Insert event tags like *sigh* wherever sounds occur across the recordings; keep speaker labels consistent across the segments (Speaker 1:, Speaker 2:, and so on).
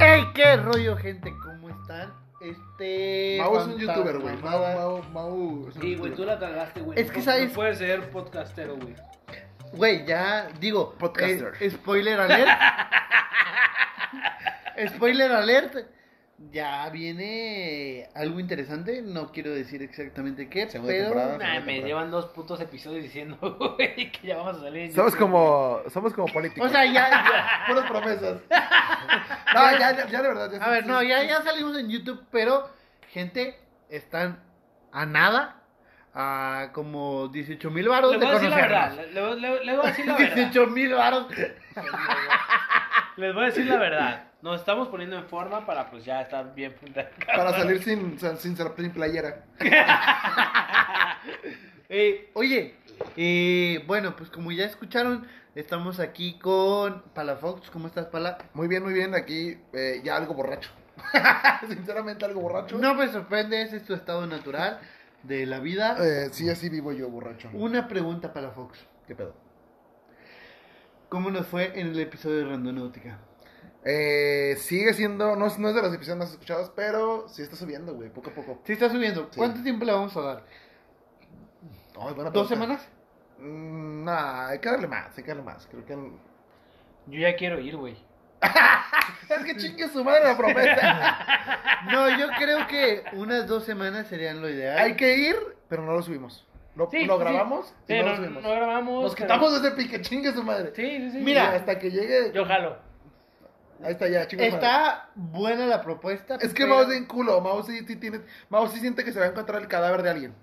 Speaker 1: ¡Hey! ¿Qué rollo, gente? ¿Cómo están? Este.
Speaker 2: Mau es un
Speaker 1: fantasma-
Speaker 2: youtuber, güey. Mau, Mau, Mau. es un
Speaker 3: Sí, güey, tú
Speaker 2: youtuber.
Speaker 3: la cagaste, güey.
Speaker 1: Es que
Speaker 3: No-
Speaker 1: sabes-
Speaker 3: No puedes ser podcastero, güey.
Speaker 1: Güey, ya digo.
Speaker 2: Podcaster.
Speaker 1: eh, spoiler
Speaker 2: *laughs*
Speaker 1: alert. spoiler alert. Ya viene algo interesante. No quiero decir exactamente qué,
Speaker 2: Segunda
Speaker 1: pero.
Speaker 2: temporada.
Speaker 3: Nah,
Speaker 2: no,
Speaker 3: Ah, me
Speaker 2: no.
Speaker 3: llevan dos putos episodios diciendo, *laughs* güey, que ya vamos a salir. en
Speaker 4: Somos
Speaker 3: YouTube.
Speaker 4: como, somos como políticos.
Speaker 1: O sea, ya. ya- *laughs*
Speaker 2: Puras promesas. No, ya, ya, ya de *laughs* verdad. Ya
Speaker 1: A ver,
Speaker 2: sí,
Speaker 1: no,
Speaker 2: sí,
Speaker 1: ya,
Speaker 2: sí.
Speaker 1: ya salimos en YouTube, pero, gente, están a nada. A como 18 mil baros
Speaker 3: Le
Speaker 1: de
Speaker 3: voy a decir la
Speaker 1: conocernos.
Speaker 3: verdad. Le, le- le- le voy a
Speaker 1: *laughs*
Speaker 3: decir la verdad.
Speaker 1: 18 mil baros.
Speaker 3: Les voy a decir la verdad. Nos estamos poniendo en forma para, pues, ya estar bien.
Speaker 2: Para salir sin, sin, sin, sin playera.
Speaker 3: Ey,
Speaker 1: Oye, eh, bueno, pues como ya escucharon, estamos aquí con Palafox. ¿Cómo estás, Pala?
Speaker 2: Muy bien, muy bien. Aquí eh, ya algo borracho. *laughs* Sinceramente, algo borracho.
Speaker 1: No me sorprende, ese es tu estado natural de la vida.
Speaker 2: Eh, sí, así vivo yo, borracho.
Speaker 1: Una pregunta, Palafox.
Speaker 2: ¿Qué pedo?
Speaker 1: ¿Cómo nos fue en el episodio de Randonáutica?
Speaker 2: Eh, sigue siendo, no es, no es de las episodios más escuchadas, pero sí está subiendo, güey, poco a poco.
Speaker 1: Sí está subiendo.
Speaker 2: Sí.
Speaker 1: ¿Cuánto tiempo le vamos a dar?
Speaker 2: Ay, buena
Speaker 1: ¿Dos
Speaker 2: pregunta.
Speaker 1: semanas?
Speaker 2: Mm, nah, hay que darle más, hay que darle más. Creo que. en-
Speaker 3: yo ya quiero ir, güey.
Speaker 2: Es que chingue su madre
Speaker 1: *laughs*
Speaker 2: la promesa.
Speaker 1: No, yo creo que unas dos semanas serían lo ideal.
Speaker 2: hay que ir, pero no lo subimos. Lo,
Speaker 3: Sí,
Speaker 2: lo
Speaker 3: sí.
Speaker 2: grabamos y
Speaker 3: Sí,
Speaker 2: no,
Speaker 3: no,
Speaker 2: lo subimos.
Speaker 3: no grabamos.
Speaker 2: Nos
Speaker 3: pero-
Speaker 2: quitamos de ese pique, chingue su madre.
Speaker 3: Sí, sí, sí.
Speaker 1: Mira.
Speaker 2: Y hasta que llegue.
Speaker 3: Yo jalo.
Speaker 2: Ahí está ya, chingue su madre.
Speaker 1: Está buena la propuesta.
Speaker 2: Es que
Speaker 1: pero-
Speaker 2: Mouse en culo, Mouse sí, sí tiene. Mouse sí siente que se va a encontrar el cadáver de alguien.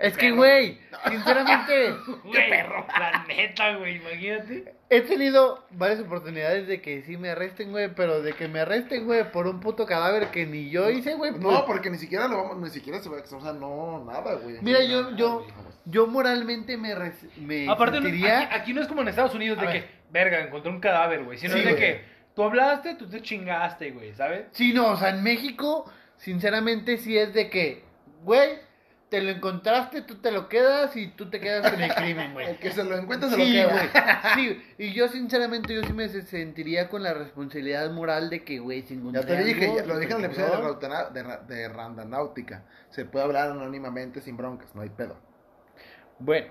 Speaker 1: Es que, güey, sinceramente,
Speaker 2: *laughs*
Speaker 3: Güey, La neta, güey, imagínate.
Speaker 1: he tenido varias oportunidades de que sí me arresten, güey, pero de que me arresten, güey, por un puto cadáver que ni yo hice, güey.
Speaker 2: No,
Speaker 1: pues,
Speaker 2: porque ni siquiera lo vamos, ni siquiera se va a. O sea, no, nada, güey.
Speaker 1: Mira, yo, yo,
Speaker 2: pues,
Speaker 1: yo moralmente me, res- me
Speaker 3: Aparte, no-
Speaker 1: sentiría...
Speaker 3: aquí, aquí no es como en Estados Unidos de
Speaker 1: A
Speaker 3: que,
Speaker 1: ver.
Speaker 3: verga, encontré un cadáver, güey. Sino
Speaker 2: Sí,
Speaker 3: es de
Speaker 2: güey.
Speaker 3: que tú hablaste, tú te chingaste, güey, ¿sabes?
Speaker 1: Sí, no, o sea, en México, sinceramente, sí es de que, güey, te lo encontraste, tú te lo quedas y tú te quedas con el
Speaker 2: *laughs*
Speaker 1: crimen, güey.
Speaker 2: El que se lo encuentra se lo
Speaker 1: Sí,
Speaker 2: queda.
Speaker 1: güey. Sí, y yo sinceramente yo sí me se- sentiría con la responsabilidad moral de que, güey, si
Speaker 2: Ya
Speaker 1: encontré
Speaker 2: te dije,
Speaker 1: algo,
Speaker 2: ya- lo dije en el episodio de,
Speaker 1: ¿no?
Speaker 2: Rautana- de, Ra- de Randanáutica. Se puede hablar anónimamente sin broncas, no hay pedo.
Speaker 1: Bueno,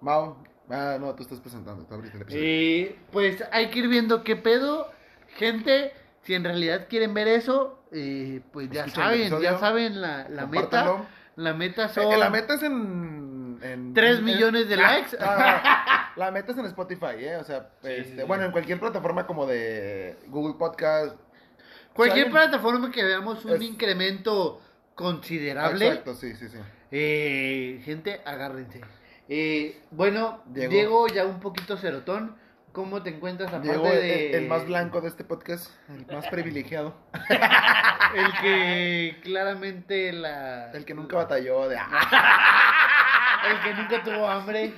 Speaker 2: Mau, ah, no, tú estás presentando, tú abriste el episodio.
Speaker 1: y pues hay que ir viendo qué pedo, gente, si en realidad quieren ver eso, eh, pues ya
Speaker 2: Escuchen el
Speaker 1: saben,
Speaker 2: episodio,
Speaker 1: ya saben la, la meta,
Speaker 2: Compártanlo.
Speaker 1: la meta
Speaker 2: Eh,
Speaker 1: son
Speaker 2: la meta Ah, es en. en
Speaker 1: 3
Speaker 2: en-
Speaker 1: millones de likes.
Speaker 2: *laughs* No, no, no. La meta es en Spotify, ¿eh? O sea,
Speaker 3: Sí,
Speaker 2: este,
Speaker 3: sí, sí.
Speaker 2: bueno, en cualquier plataforma como de Google Podcast.
Speaker 1: Cualquier
Speaker 2: ¿Saben?
Speaker 1: plataforma que veamos un
Speaker 2: Es-
Speaker 1: incremento considerable,
Speaker 2: Exacto, sí, sí, sí.
Speaker 1: eh, gente, agárrense. Eh, bueno, Diego.
Speaker 2: Diego.
Speaker 1: ya un poquito cerotón, ¿cómo te encuentras aparte
Speaker 2: Diego,
Speaker 1: de...
Speaker 2: el, el más blanco de este podcast, el más privilegiado,
Speaker 1: El que claramente la...
Speaker 2: el que nunca batalló de. ah,
Speaker 1: El que nunca tuvo *laughs* hambre.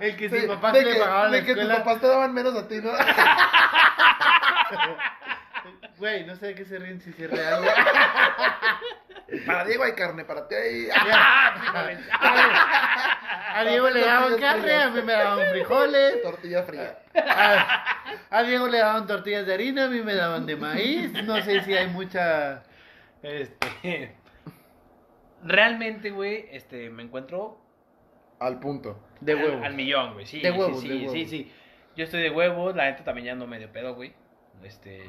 Speaker 1: el que
Speaker 2: Sí,
Speaker 1: sus papás
Speaker 2: de
Speaker 1: le
Speaker 2: que-
Speaker 1: pagaban la
Speaker 2: de que tus
Speaker 1: escuela.
Speaker 2: papás te daban menos a ti, ¿no? *laughs*
Speaker 1: Güey, no sé de qué se ríen si se real. güey.
Speaker 2: Para Diego hay carne, para ti hay.
Speaker 3: Ah,
Speaker 1: a Diego le *laughs* daban carne, a mí me daban frijoles.
Speaker 2: Tortilla fría.
Speaker 1: A, a Diego le daban tortillas de harina, a mí me daban de maíz. No sé si hay mucha.
Speaker 3: Este. Realmente, güey, este, me encuentro
Speaker 2: Al punto.
Speaker 1: De
Speaker 3: al-
Speaker 1: huevo.
Speaker 3: Al, millón, güey. Sí,
Speaker 1: De
Speaker 3: sí,
Speaker 1: huevos,
Speaker 3: sí,
Speaker 1: de
Speaker 3: sí,
Speaker 1: huevos.
Speaker 3: sí, sí. Yo estoy de huevos, la neta también ya ando medio pedo, güey. Este.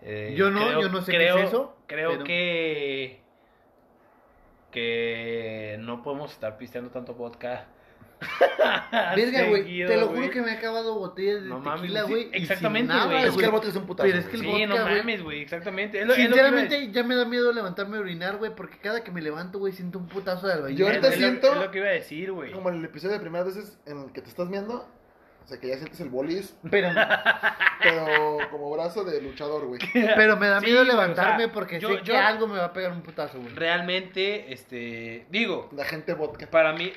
Speaker 3: eh,
Speaker 1: Yo no, yo no sé qué
Speaker 3: creo-
Speaker 1: es eso,
Speaker 3: Creo
Speaker 1: pero-
Speaker 3: que. Que no podemos estar pisteando tanto vodka.
Speaker 1: *laughs* Verga, güey.
Speaker 3: seguido,
Speaker 1: Te lo juro
Speaker 3: güey.
Speaker 1: que me he acabado botellas de
Speaker 3: No mames,
Speaker 1: tequila,
Speaker 3: sí,
Speaker 1: güey. y sin
Speaker 3: exactamente,
Speaker 1: nada,
Speaker 3: güey. Es
Speaker 2: Es que el bote es un putazo.
Speaker 1: Pero es que
Speaker 2: güey.
Speaker 1: el
Speaker 3: Sí,
Speaker 1: vodka,
Speaker 3: no
Speaker 1: güey.
Speaker 3: mames, güey, exactamente. Es lo- es lo que iba a decir.
Speaker 1: Sinceramente, ya me da miedo levantarme a orinar, güey. Porque cada que me levanto, güey, siento un putazo de albañil.
Speaker 2: Yo ahorita
Speaker 3: Es
Speaker 1: güey.
Speaker 3: lo-
Speaker 2: siento-
Speaker 3: Es lo que iba a decir, güey.
Speaker 2: Como en el episodio de primeras veces en el que te estás viendo, o sea que ya sientes el bolis,
Speaker 1: Pero,
Speaker 2: pero como brazo de luchador, güey.
Speaker 1: *laughs* pero me da
Speaker 3: Sí,
Speaker 1: miedo
Speaker 3: güey, o sea,
Speaker 1: levantarme porque
Speaker 3: yo-
Speaker 1: sé que
Speaker 3: yo-
Speaker 1: algo me va a pegar un putazo, güey.
Speaker 3: Realmente, este. Digo,
Speaker 2: La gente vodka.
Speaker 3: para mí.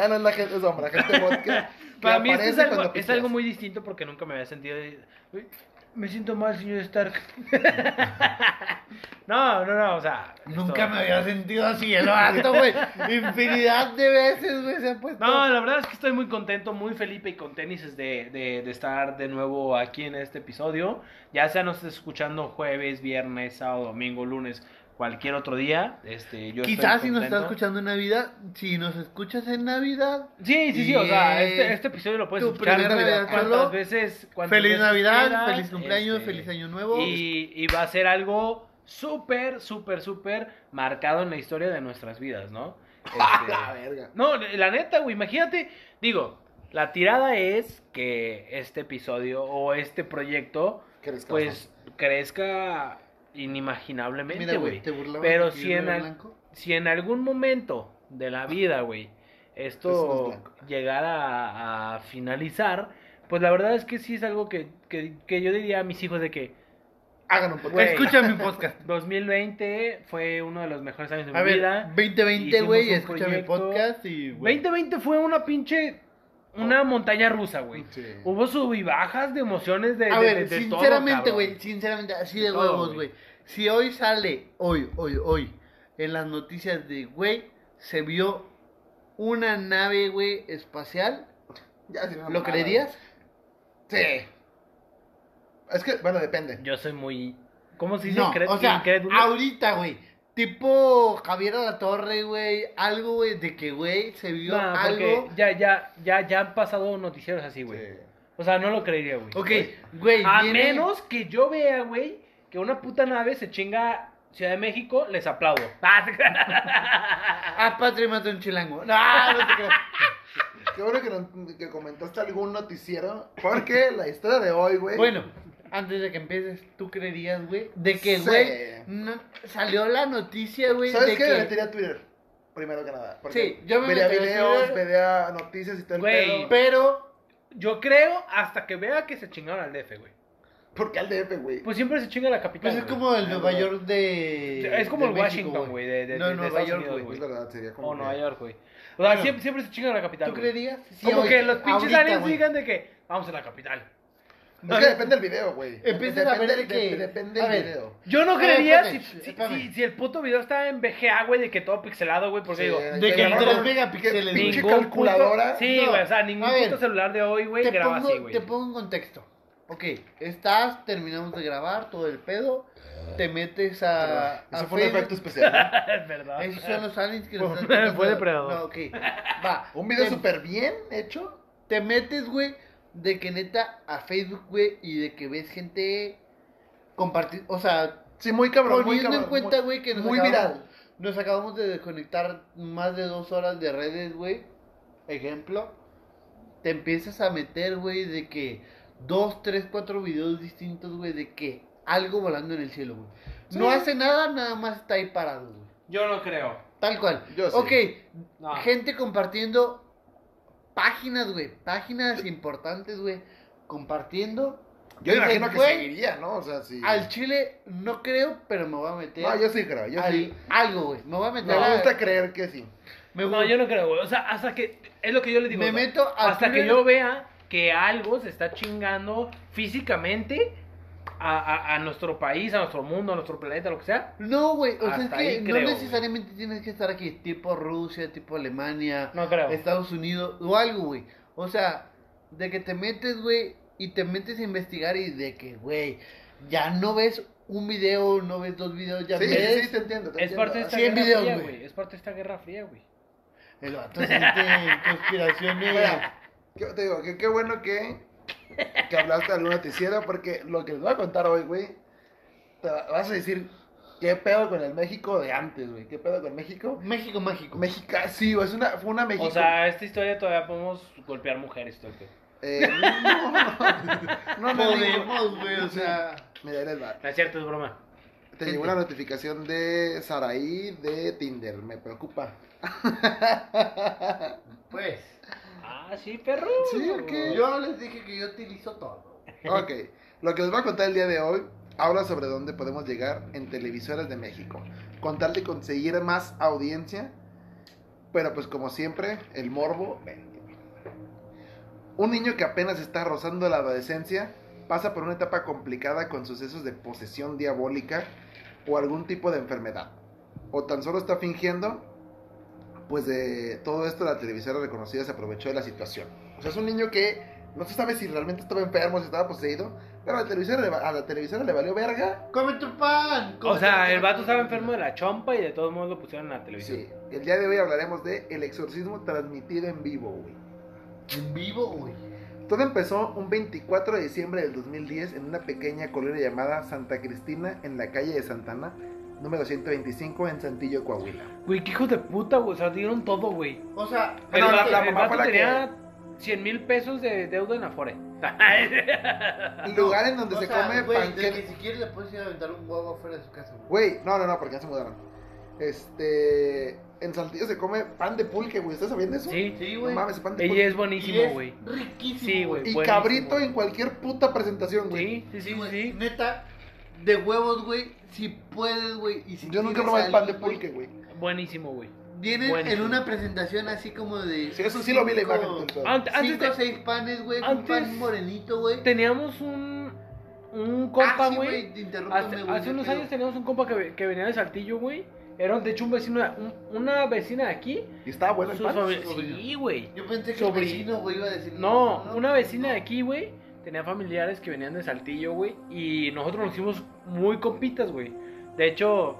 Speaker 2: Ah, no es la gente, es hombre, la gente vodka. que
Speaker 3: *laughs* Para mí esto es
Speaker 2: aparece
Speaker 3: algo,
Speaker 2: cuando *laughs*
Speaker 3: es algo
Speaker 2: pisteas.
Speaker 3: muy distinto porque nunca me había sentido.
Speaker 4: Me siento mal, señor
Speaker 3: *laughs*
Speaker 4: Stark. no, no, no, o sea.
Speaker 1: Nunca
Speaker 4: esto-
Speaker 1: me había sentido así el vato,
Speaker 3: *laughs*
Speaker 1: güey. Infinidad de veces, güey, se ha puesto.
Speaker 3: No, la verdad es que estoy muy contento, muy Felipe y con tenis de, de, de estar de nuevo aquí en este episodio. Ya sea nos estés escuchando jueves, viernes, sábado, domingo, lunes, cualquier otro día. Este, yo
Speaker 1: Quizás
Speaker 3: estoy
Speaker 1: si nos estás
Speaker 3: contento.
Speaker 1: escuchando en Navidad, si nos escuchas en Navidad,
Speaker 3: Sí, sí, sí, o sea,
Speaker 1: Bien.
Speaker 3: este, este episodio lo puedes
Speaker 1: Tu
Speaker 3: escuchar
Speaker 1: primer Navidad
Speaker 3: cuantas
Speaker 1: solo.
Speaker 3: veces. cuantas
Speaker 1: feliz
Speaker 3: veces
Speaker 1: Navidad,
Speaker 3: quieras,
Speaker 1: feliz cumpleaños,
Speaker 3: este,
Speaker 1: feliz año nuevo.
Speaker 3: Y, y va a ser algo súper, súper, súper marcado en la historia de nuestras vidas, ¿no? Este,
Speaker 2: La verga.
Speaker 3: No, la neta, güey, imagínate, digo, la tirada es que este episodio o este proyecto,
Speaker 2: Qué descanso.
Speaker 3: pues, crezca inimaginablemente,
Speaker 1: Mira, güey,
Speaker 3: güey.
Speaker 1: te burlaban
Speaker 3: Pero
Speaker 1: de que
Speaker 3: si
Speaker 1: yo no
Speaker 3: en
Speaker 1: era
Speaker 3: al-
Speaker 1: blanco.
Speaker 3: Si en algún momento de la vida, güey,
Speaker 2: Eso no es
Speaker 3: esto
Speaker 2: blanco.
Speaker 3: llegara a, a finalizar, pues la verdad es que sí es algo que, que- que yo diría a mis hijos de que
Speaker 2: Hagan un
Speaker 1: pues,
Speaker 2: podcast.
Speaker 3: Güey.
Speaker 1: Escucha mi podcast.
Speaker 3: *laughs* 2020 fue uno de los mejores años de
Speaker 1: A
Speaker 3: mi
Speaker 1: ver,
Speaker 3: vida.
Speaker 1: 2020,
Speaker 3: hicimos
Speaker 1: güey,
Speaker 3: un
Speaker 1: escucha mi
Speaker 3: proyecto.
Speaker 1: podcast y, güey. Oh.
Speaker 3: 2020 fue una pinche, una montaña rusa, güey.
Speaker 2: Sí.
Speaker 3: Hubo sub y bajas de emociones de.
Speaker 1: A
Speaker 3: de-
Speaker 1: ver,
Speaker 3: de- de todo,
Speaker 1: sinceramente,
Speaker 3: cabrón.
Speaker 1: güey, sinceramente, así de,
Speaker 3: De todo,
Speaker 1: huevos,
Speaker 3: güey.
Speaker 1: güey. Si hoy sale, hoy, hoy, hoy, en las noticias de, güey, se vio una nave, güey, espacial,
Speaker 2: Ya, sí, no,
Speaker 1: ¿lo
Speaker 2: nada,
Speaker 1: creerías?
Speaker 2: güey. Sí. Es que, bueno, depende.
Speaker 3: Yo soy muy. ¿Cómo se dice?
Speaker 1: No,
Speaker 3: Incre-
Speaker 1: o sea,
Speaker 3: incrédulo.
Speaker 1: ahorita, güey, tipo Javier a la Torre, güey, algo, güey, de que, güey, se vio
Speaker 3: No, porque
Speaker 1: algo.
Speaker 3: ya, ya, ya, ya han pasado noticieros así, güey.
Speaker 2: Sí.
Speaker 3: O sea, no lo creería, güey.
Speaker 1: Ok, güey,
Speaker 3: A
Speaker 1: viene-
Speaker 3: menos que yo vea, güey, que una puta nave se chinga Ciudad de México, les *laughs* aplaudo.
Speaker 1: Ah, patria mató un chilango. Ah, No, no te creo.
Speaker 2: *laughs* Qué bueno que, no- que comentaste algún noticiero. Porque la historia de hoy, güey.
Speaker 1: Bueno, antes de que empieces, ¿tú creerías, güey? De que,
Speaker 2: Sí.
Speaker 1: güey, no- salió la noticia, güey,
Speaker 2: ¿Sabes
Speaker 1: de
Speaker 2: qué? Me
Speaker 1: que...
Speaker 2: metería a Twitter. Primero que nada. Porque
Speaker 1: Sí, yo me
Speaker 2: vería
Speaker 1: metería a
Speaker 2: videos,
Speaker 1: Twitter.
Speaker 2: vería noticias y todo el
Speaker 3: Güey,
Speaker 2: pedo.
Speaker 1: Pero,
Speaker 3: yo creo hasta que vea que se chingaron al DF, güey.
Speaker 2: ¿Por qué al DF, güey?
Speaker 3: Pues siempre se chinga la capital.
Speaker 1: pues es
Speaker 3: güey.
Speaker 1: como el Nueva
Speaker 2: Ah,
Speaker 1: York de...
Speaker 3: Es como
Speaker 1: de
Speaker 3: el
Speaker 1: México,
Speaker 3: Washington, güey, de, de,
Speaker 1: No,
Speaker 3: de- de
Speaker 1: Nueva
Speaker 3: Estados
Speaker 1: York,
Speaker 3: Unidos,
Speaker 1: güey. Oh,
Speaker 2: es
Speaker 3: güey.
Speaker 2: verdad, sería como.
Speaker 3: O Oh, Nueva
Speaker 2: que-
Speaker 3: York, güey. O sea,
Speaker 1: Bueno.
Speaker 3: siempre, siempre se chinga la capital,
Speaker 1: ¿Tú
Speaker 3: güey.
Speaker 1: creerías? Sí,
Speaker 3: Como
Speaker 1: güey,
Speaker 3: que los pinches
Speaker 1: ahorita,
Speaker 3: aliens
Speaker 1: güey.
Speaker 3: digan de que vamos a la capital.
Speaker 2: Es que depende del video, güey.
Speaker 1: Empiezas a ver
Speaker 2: Depende
Speaker 1: de
Speaker 2: del-
Speaker 1: que...
Speaker 2: Depende
Speaker 1: a
Speaker 2: del
Speaker 1: ver,
Speaker 2: video.
Speaker 3: Yo no
Speaker 1: A ver,
Speaker 3: creería
Speaker 1: espérame,
Speaker 3: si, si,
Speaker 1: Ah, espérame.
Speaker 3: si- si el puto video está en VGA, güey, de que todo pixelado, güey, porque
Speaker 2: Sí,
Speaker 3: digo,
Speaker 1: De que en
Speaker 2: agarraron
Speaker 1: 3 megapíxeles,
Speaker 2: pinche
Speaker 1: güey.
Speaker 3: ningún puto-
Speaker 2: calculadora.
Speaker 3: Sí,
Speaker 1: No.
Speaker 3: güey, o sea, ningún
Speaker 1: A ver,
Speaker 3: puto celular de hoy, güey,
Speaker 1: Te
Speaker 3: graba
Speaker 1: pongo,
Speaker 3: así, güey.
Speaker 1: te pongo en contexto. Ok, estás, terminamos de grabar todo el pedo, te metes a... a
Speaker 2: Eso fue un
Speaker 1: Facebook.
Speaker 2: efecto especial.
Speaker 3: *laughs*
Speaker 1: *laughs*
Speaker 3: Es verdad.
Speaker 1: Esos son los aliens que
Speaker 3: Fue-
Speaker 1: nos están
Speaker 3: fue
Speaker 1: tocando.
Speaker 3: depredador.
Speaker 1: No, ok. Va.
Speaker 2: *laughs* Un video
Speaker 1: te,
Speaker 2: súper bien hecho.
Speaker 1: te metes, güey, de que neta a Facebook, güey, y de que ves gente compartir, o sea,
Speaker 2: Sí, muy cabrón. muy
Speaker 1: poniendo en
Speaker 2: cabrón,
Speaker 1: cuenta,
Speaker 2: muy-
Speaker 1: güey, que nos
Speaker 2: Muy
Speaker 1: acabamos,
Speaker 2: viral.
Speaker 1: nos acabamos de desconectar más de dos horas de redes, güey. Ejemplo, te empiezas a meter, güey, de que dos, tres, cuatro videos distintos, güey, de que algo volando en el cielo, güey. No
Speaker 2: Sí.
Speaker 1: hace nada, nada más está ahí parado, güey.
Speaker 3: Yo no creo.
Speaker 1: Tal cual.
Speaker 2: Yo sí.
Speaker 1: ok,
Speaker 3: No.
Speaker 1: gente compartiendo páginas, güey. Páginas importantes, güey. Compartiendo.
Speaker 2: Yo
Speaker 1: Dicen,
Speaker 2: imagino que
Speaker 1: güey,
Speaker 2: seguiría, ¿no? O sea, sí.
Speaker 1: Al chile no creo, pero me voy a meter.
Speaker 2: No, yo sí creo. Yo
Speaker 1: al-
Speaker 2: sí.
Speaker 1: Algo, güey. Me voy a meter. a-
Speaker 2: Me gusta creer que sí.
Speaker 1: me
Speaker 3: No,
Speaker 1: gu-
Speaker 3: yo no creo, güey. O sea, hasta que. Es lo que yo le digo.
Speaker 1: Me
Speaker 3: o sea,
Speaker 1: meto a
Speaker 3: Hasta que
Speaker 1: Twitter.
Speaker 3: yo vea que algo se está chingando físicamente a, a- a nuestro país, a nuestro mundo, a nuestro planeta, lo que sea.
Speaker 1: No, güey. O sea, es
Speaker 3: Hasta ahí
Speaker 1: que
Speaker 3: creo,
Speaker 1: no necesariamente tienes que estar aquí. Tipo Rusia, tipo Alemania,
Speaker 3: No creo.
Speaker 1: Estados Unidos o algo, güey. O sea, de que te metes, güey, y te metes a investigar y de que, güey, ya no ves un video, no ves dos videos, ya
Speaker 2: Sí,
Speaker 1: ves.
Speaker 2: sí, te entiendo. te
Speaker 3: Es parte de
Speaker 2: entiendo.
Speaker 3: esta
Speaker 1: Cien
Speaker 3: guerra
Speaker 1: videos,
Speaker 3: fría,
Speaker 1: güey.
Speaker 3: güey. Es parte de esta guerra fría, güey.
Speaker 1: El vato siente conspiraciones.
Speaker 2: Mira, ¿qué te digo, que qué bueno que, que hablaste de algún noticiero, porque lo que les voy a contar hoy, güey, te va- vas a decir, ¿qué pedo con el México de antes, güey? ¿Qué pedo con México?
Speaker 1: México mágico.
Speaker 2: México, sí, güey, es una, fue una México.
Speaker 3: O sea, esta historia todavía podemos golpear mujeres, todo el pedo.
Speaker 2: eh, no, no, no, no, digo-
Speaker 1: Podemos, güey, o sea.
Speaker 2: Mira, ahí les va.
Speaker 3: No es cierto, es broma.
Speaker 2: Te llegó una notificación de Saraí de Tinder, me preocupa.
Speaker 1: Pues.
Speaker 3: Ah, sí, perro.
Speaker 2: Sí, ¿o qué?
Speaker 1: Yo les dije que yo utilizo todo.
Speaker 2: Ok, lo que les voy a contar el día de hoy habla sobre dónde podemos llegar en televisoras de México. Con tal de conseguir más audiencia, pero pues como siempre, el morbo. vende. Un niño que apenas está rozando la adolescencia pasa por una etapa complicada con sucesos de posesión diabólica o algún tipo de enfermedad. O tan solo está fingiendo, pues de todo esto la televisora reconocida se aprovechó de la situación. O sea, es un niño que no se sabe si realmente estaba enfermo, si estaba poseído, pero a la televisora le, va- a la televisora le valió verga.
Speaker 1: ¡Come tu pan!
Speaker 3: O
Speaker 1: ¡Come tu pan!
Speaker 3: sea, el vato estaba enfermo de la chompa y de todos modos lo pusieron en la televisión.
Speaker 2: Sí, el día de hoy hablaremos de el exorcismo transmitido en vivo, güey.
Speaker 1: En vivo, güey.
Speaker 2: Todo empezó un 24 de diciembre del 2010 en una pequeña colonia llamada Santa Cristina en la calle de Santana, número 125 en Santillo, Coahuila.
Speaker 3: Güey, qué hijos de puta, güey. O sea, dieron todo, güey.
Speaker 1: O sea,
Speaker 3: Pero
Speaker 2: No,
Speaker 3: la,
Speaker 2: la
Speaker 3: el
Speaker 2: mamá
Speaker 3: vato
Speaker 2: fue la que-
Speaker 3: tenía 100 mil pesos de deuda en Afore.
Speaker 2: Lugar en donde
Speaker 1: Ah, o
Speaker 2: se
Speaker 1: sea,
Speaker 2: come
Speaker 1: güey, de que
Speaker 2: panqueques.
Speaker 1: si quieres le puedes ir a aventar un huevo afuera de su casa, güey.
Speaker 2: Güey, no, no, no, porque ya se mudaron. Este. En Saltillo se come pan de pulque, güey. ¿Estás sabiendo eso?
Speaker 3: Sí,
Speaker 1: Sí,
Speaker 2: No
Speaker 1: güey.
Speaker 2: mames, pan de
Speaker 3: Ella
Speaker 2: pulque.
Speaker 3: es
Speaker 1: Y
Speaker 3: buenísimo,
Speaker 1: es
Speaker 3: güey.
Speaker 1: Riquísimo.
Speaker 3: Sí,
Speaker 2: Y
Speaker 3: güey. buenísimo,
Speaker 2: cabrito
Speaker 3: güey.
Speaker 2: en cualquier puta presentación, güey.
Speaker 3: Sí, sí, sí,
Speaker 1: güey,
Speaker 3: sí.
Speaker 1: Neta, de huevos, güey. Si puedes, güey. Y si
Speaker 2: Yo nunca
Speaker 1: tienes
Speaker 2: he probado el pan de
Speaker 1: alguien, güey,
Speaker 2: pulque, güey.
Speaker 3: Buenísimo, güey.
Speaker 1: Vienen
Speaker 3: Buenísimo.
Speaker 1: en una presentación así como de.
Speaker 2: Sí, eso sí lo vi la
Speaker 1: cinco-
Speaker 2: imagen. entonces.
Speaker 3: Ant- Antes,
Speaker 1: Cinco
Speaker 3: te-
Speaker 1: o seis panes, güey. Un
Speaker 3: antes-
Speaker 1: pan morenito, güey.
Speaker 3: teníamos un, un
Speaker 1: Ah,
Speaker 3: compa,
Speaker 1: sí,
Speaker 3: güey.
Speaker 1: te interrúmpeme,
Speaker 3: Hace,
Speaker 1: güey,
Speaker 3: hace
Speaker 1: no
Speaker 3: unos
Speaker 1: pedo.
Speaker 3: años teníamos un compa que, ve- que venía de Saltillo, güey. Era, de hecho, un vecino, un- una vecina de aquí.
Speaker 2: ¿Y estaba bueno el
Speaker 3: Su
Speaker 2: pan?
Speaker 3: fami-
Speaker 1: sobrino.
Speaker 3: Sí, güey.
Speaker 1: Yo pensé que
Speaker 3: Sobre-
Speaker 1: el vecino, güey, iba a decir.
Speaker 3: No, una vecina
Speaker 1: no.
Speaker 3: de aquí, güey, tenía familiares que venían de Saltillo, güey, y nosotros nos hicimos muy compitas, güey. De hecho,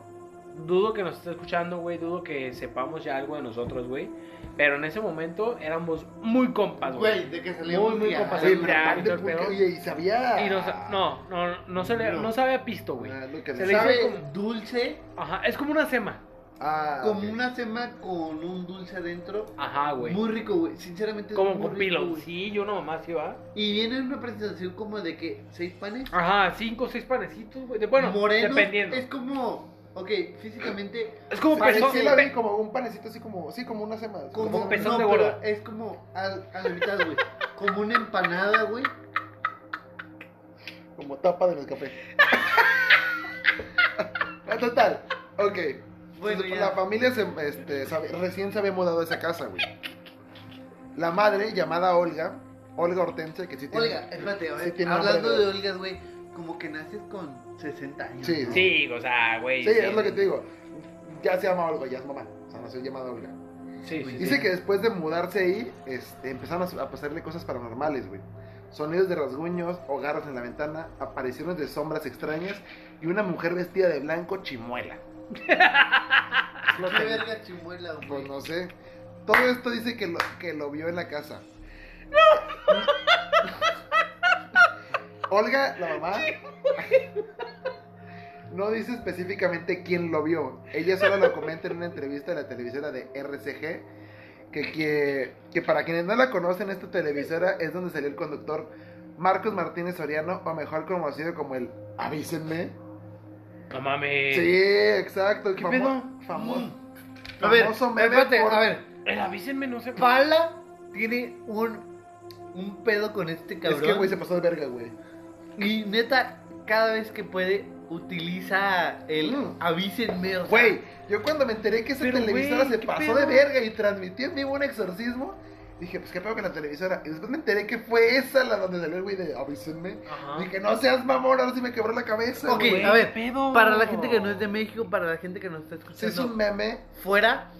Speaker 3: dudo que nos esté escuchando, güey, dudo que sepamos ya algo de nosotros, güey. Pero en ese momento éramos muy compas, güey.
Speaker 1: Güey, de que salíamos.
Speaker 3: Muy, muy
Speaker 1: ya,
Speaker 3: compas,
Speaker 2: Güey,
Speaker 1: güey,
Speaker 2: pero pan
Speaker 3: y
Speaker 2: de
Speaker 3: todo el
Speaker 2: pulque,
Speaker 3: pedo.
Speaker 2: oye, y sabía.
Speaker 3: Y nos, no, no, no, se le-
Speaker 1: No.
Speaker 3: no sabe a pisto, güey.
Speaker 2: Ah, lo que
Speaker 3: Se le
Speaker 2: sabe-
Speaker 3: hizo
Speaker 1: Sabe
Speaker 3: como-
Speaker 1: dulce,
Speaker 3: Ajá, es como una sema.
Speaker 2: Ah,
Speaker 1: como
Speaker 2: ok.
Speaker 1: una sema con un dulce adentro.
Speaker 3: Ajá, güey.
Speaker 1: Muy rico, güey. Sinceramente, es
Speaker 3: Como
Speaker 1: muy
Speaker 3: con
Speaker 1: rico,
Speaker 3: pilo.
Speaker 1: güey.
Speaker 3: Sí, yo no más sí va.
Speaker 1: Y viene una presentación como de que seis panes.
Speaker 3: Ajá, cinco o seis panecitos, güey. De- Ah, Bueno,
Speaker 1: morenos.
Speaker 3: dependiendo.
Speaker 1: Es como. Ok, físicamente.
Speaker 3: Es como
Speaker 2: Pan-
Speaker 3: pezón.
Speaker 2: sí la vi como un panecito así como, sí, como una sema.
Speaker 1: Como
Speaker 3: pezón de
Speaker 1: pero
Speaker 3: gorda.
Speaker 1: Es como al, a la mitad, güey. Como una empanada, güey.
Speaker 2: como tapa de café.
Speaker 1: *laughs*
Speaker 2: Total, ok. pues,
Speaker 1: Bueno, ya.
Speaker 2: la familia se, este, sabe- recién se había mudado de esa casa, güey. La madre, llamada Olga, Olga Hortense, que sí tiene...
Speaker 1: Olga, espérate, a ver,
Speaker 2: Sí tiene
Speaker 1: hablando
Speaker 2: nombre
Speaker 1: de
Speaker 2: de-
Speaker 1: Olgas, güey, como que naces con 60 años.
Speaker 2: Sí,
Speaker 1: ¿no?
Speaker 3: Sí, o sea, güey.
Speaker 2: Sí, es lo que te digo. Ya se llama Olga, ya es mamá. O sea, no se llama Olga.
Speaker 3: Sí, sí, sí.
Speaker 2: Dice que después de mudarse ahí, este, empezaron a su- a pasarle cosas paranormales, güey. Sonidos de rasguños o garras en la ventana, apariciones de sombras extrañas y una mujer vestida de blanco chimuela. Es lo
Speaker 1: Qué
Speaker 2: que-
Speaker 1: verga chimuela, güey.
Speaker 2: pues no sé. Todo esto dice que lo, que lo vio en la casa. Olga, la mamá. No dice específicamente quién lo vio. Ella solo lo comenta en una entrevista de la televisora de RCG. Que, que, que para quienes no la conocen, esta televisora es donde salió el conductor Marcos Martínez Soriano, o mejor conocido como el Avísenme.
Speaker 3: No mames.
Speaker 2: Sí, exacto.
Speaker 3: ¿Qué
Speaker 2: famo-
Speaker 3: pedo?
Speaker 2: famo-
Speaker 1: Mm. A ver,
Speaker 2: famoso meme
Speaker 1: espérate,
Speaker 2: por-
Speaker 1: a ver.
Speaker 3: El Eh, avísenme, no se para.
Speaker 1: Pala tiene un, un pedo con este cabrón.
Speaker 2: Es que, güey, se pasó de verga, güey.
Speaker 1: Y neta, cada vez que puede, utiliza el
Speaker 2: Mm.
Speaker 1: avísenme. o sea,
Speaker 2: Güey, yo cuando me enteré que esa
Speaker 3: Pero,
Speaker 2: televisora
Speaker 3: güey,
Speaker 2: se
Speaker 3: ¿qué
Speaker 2: pasó
Speaker 3: pedo?
Speaker 2: de verga y transmitió en vivo un exorcismo, dije, pues qué pedo con la televisora. Y después me enteré que fue esa la donde salió el güey de avísenme.
Speaker 3: Ajá.
Speaker 2: Dije, no seas mamón, ahora sí me quebró la cabeza.
Speaker 1: Ah. Ok,
Speaker 2: güey.
Speaker 1: a ver,
Speaker 3: ¿qué pedo?
Speaker 1: Para la gente que no es de México, para la gente que nos está
Speaker 2: Sí, es
Speaker 1: escuchando
Speaker 2: un meme.
Speaker 1: fuera,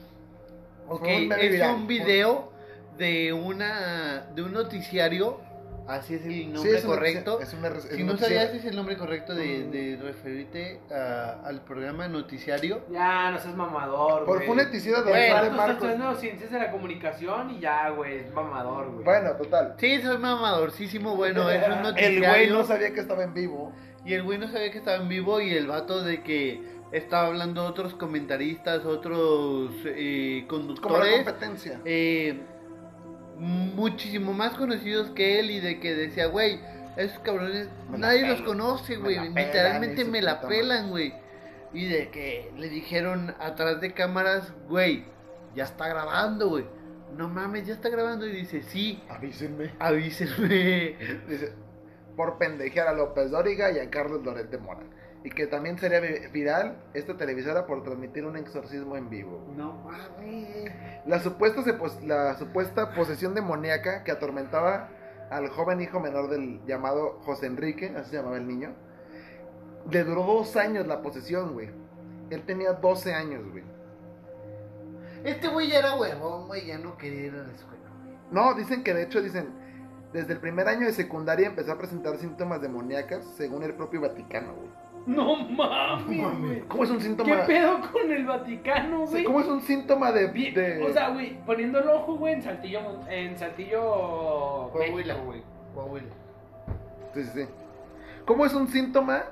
Speaker 2: Ok,
Speaker 1: ok,
Speaker 2: meme
Speaker 1: es
Speaker 2: viral.
Speaker 1: un video de una de un noticiario, así es el nombre
Speaker 2: Sí, es un-
Speaker 1: correcto.
Speaker 2: Es una, es
Speaker 1: Si
Speaker 2: una
Speaker 1: no
Speaker 2: noticiera.
Speaker 1: sabías es el nombre correcto de,
Speaker 2: Mm.
Speaker 1: de referirte a- al programa noticiario.
Speaker 3: Ya, no seas mamador,
Speaker 2: Por
Speaker 3: güey.
Speaker 2: fue una noticiera de
Speaker 3: Güey,
Speaker 1: Bueno,
Speaker 3: el
Speaker 2: Mar
Speaker 3: vato
Speaker 2: de
Speaker 3: está
Speaker 2: Marcos.
Speaker 1: *laughs*
Speaker 3: estudiando ciencias de la comunicación y ya, güey, es mamador, güey.
Speaker 2: Bueno, total.
Speaker 1: Sí, soy mamadorcísimo, bueno, es un
Speaker 2: *laughs* El
Speaker 1: noticiario.
Speaker 2: güey no sabía que estaba en vivo.
Speaker 1: Y el güey no sabía que estaba en vivo y el vato de que estaba hablando otros comentaristas, otros eh,
Speaker 2: Como la
Speaker 1: conductores.
Speaker 2: competencia.
Speaker 1: eh, muchísimo más conocidos que él y de que decía, güey, esos cabrones,
Speaker 2: Me la
Speaker 1: nadie
Speaker 2: pelan,
Speaker 1: los conoce,
Speaker 2: me
Speaker 1: güey,
Speaker 2: la pelan,
Speaker 1: literalmente
Speaker 2: ese
Speaker 1: me la
Speaker 2: puta
Speaker 1: pelan, güey. Y de que le dijeron atrás de cámaras, güey, ya está grabando, güey. No mames, ya está grabando y dice, sí,
Speaker 2: Avísenme.
Speaker 1: avísenme.
Speaker 2: Dice, por pendejear a López Dóriga y a Carlos Loret de Mora. Y que también sería vi- viral esta televisora por transmitir un exorcismo en vivo.
Speaker 1: No mames.
Speaker 2: La supuesta, se pos- la supuesta posesión demoníaca que atormentaba al joven hijo menor del llamado José Enrique, así se llamaba el niño. Le duró dos años la posesión, güey. Él tenía 12 años, güey.
Speaker 1: Este güey ya era huevón, güey, ya no quería ir a la escuela. güey.
Speaker 2: No, dicen que de hecho, dicen, desde el primer año de secundaria empezó a presentar síntomas demoníacas, según el propio Vaticano, güey.
Speaker 3: No mames, güey.
Speaker 2: ¿Cómo es un
Speaker 3: ¿Qué
Speaker 2: síntoma?
Speaker 3: pedo con el Vaticano, güey?
Speaker 2: ¿Cómo es un síntoma de...
Speaker 3: Bien,
Speaker 2: de-
Speaker 3: O sea, güey, poniendo el ojo, güey, en Saltillo, Mon- en Saltillo,
Speaker 1: Coahuila.
Speaker 3: México, güey.
Speaker 1: Coahuila.
Speaker 2: Sí, sí, sí. ¿Cómo es un síntoma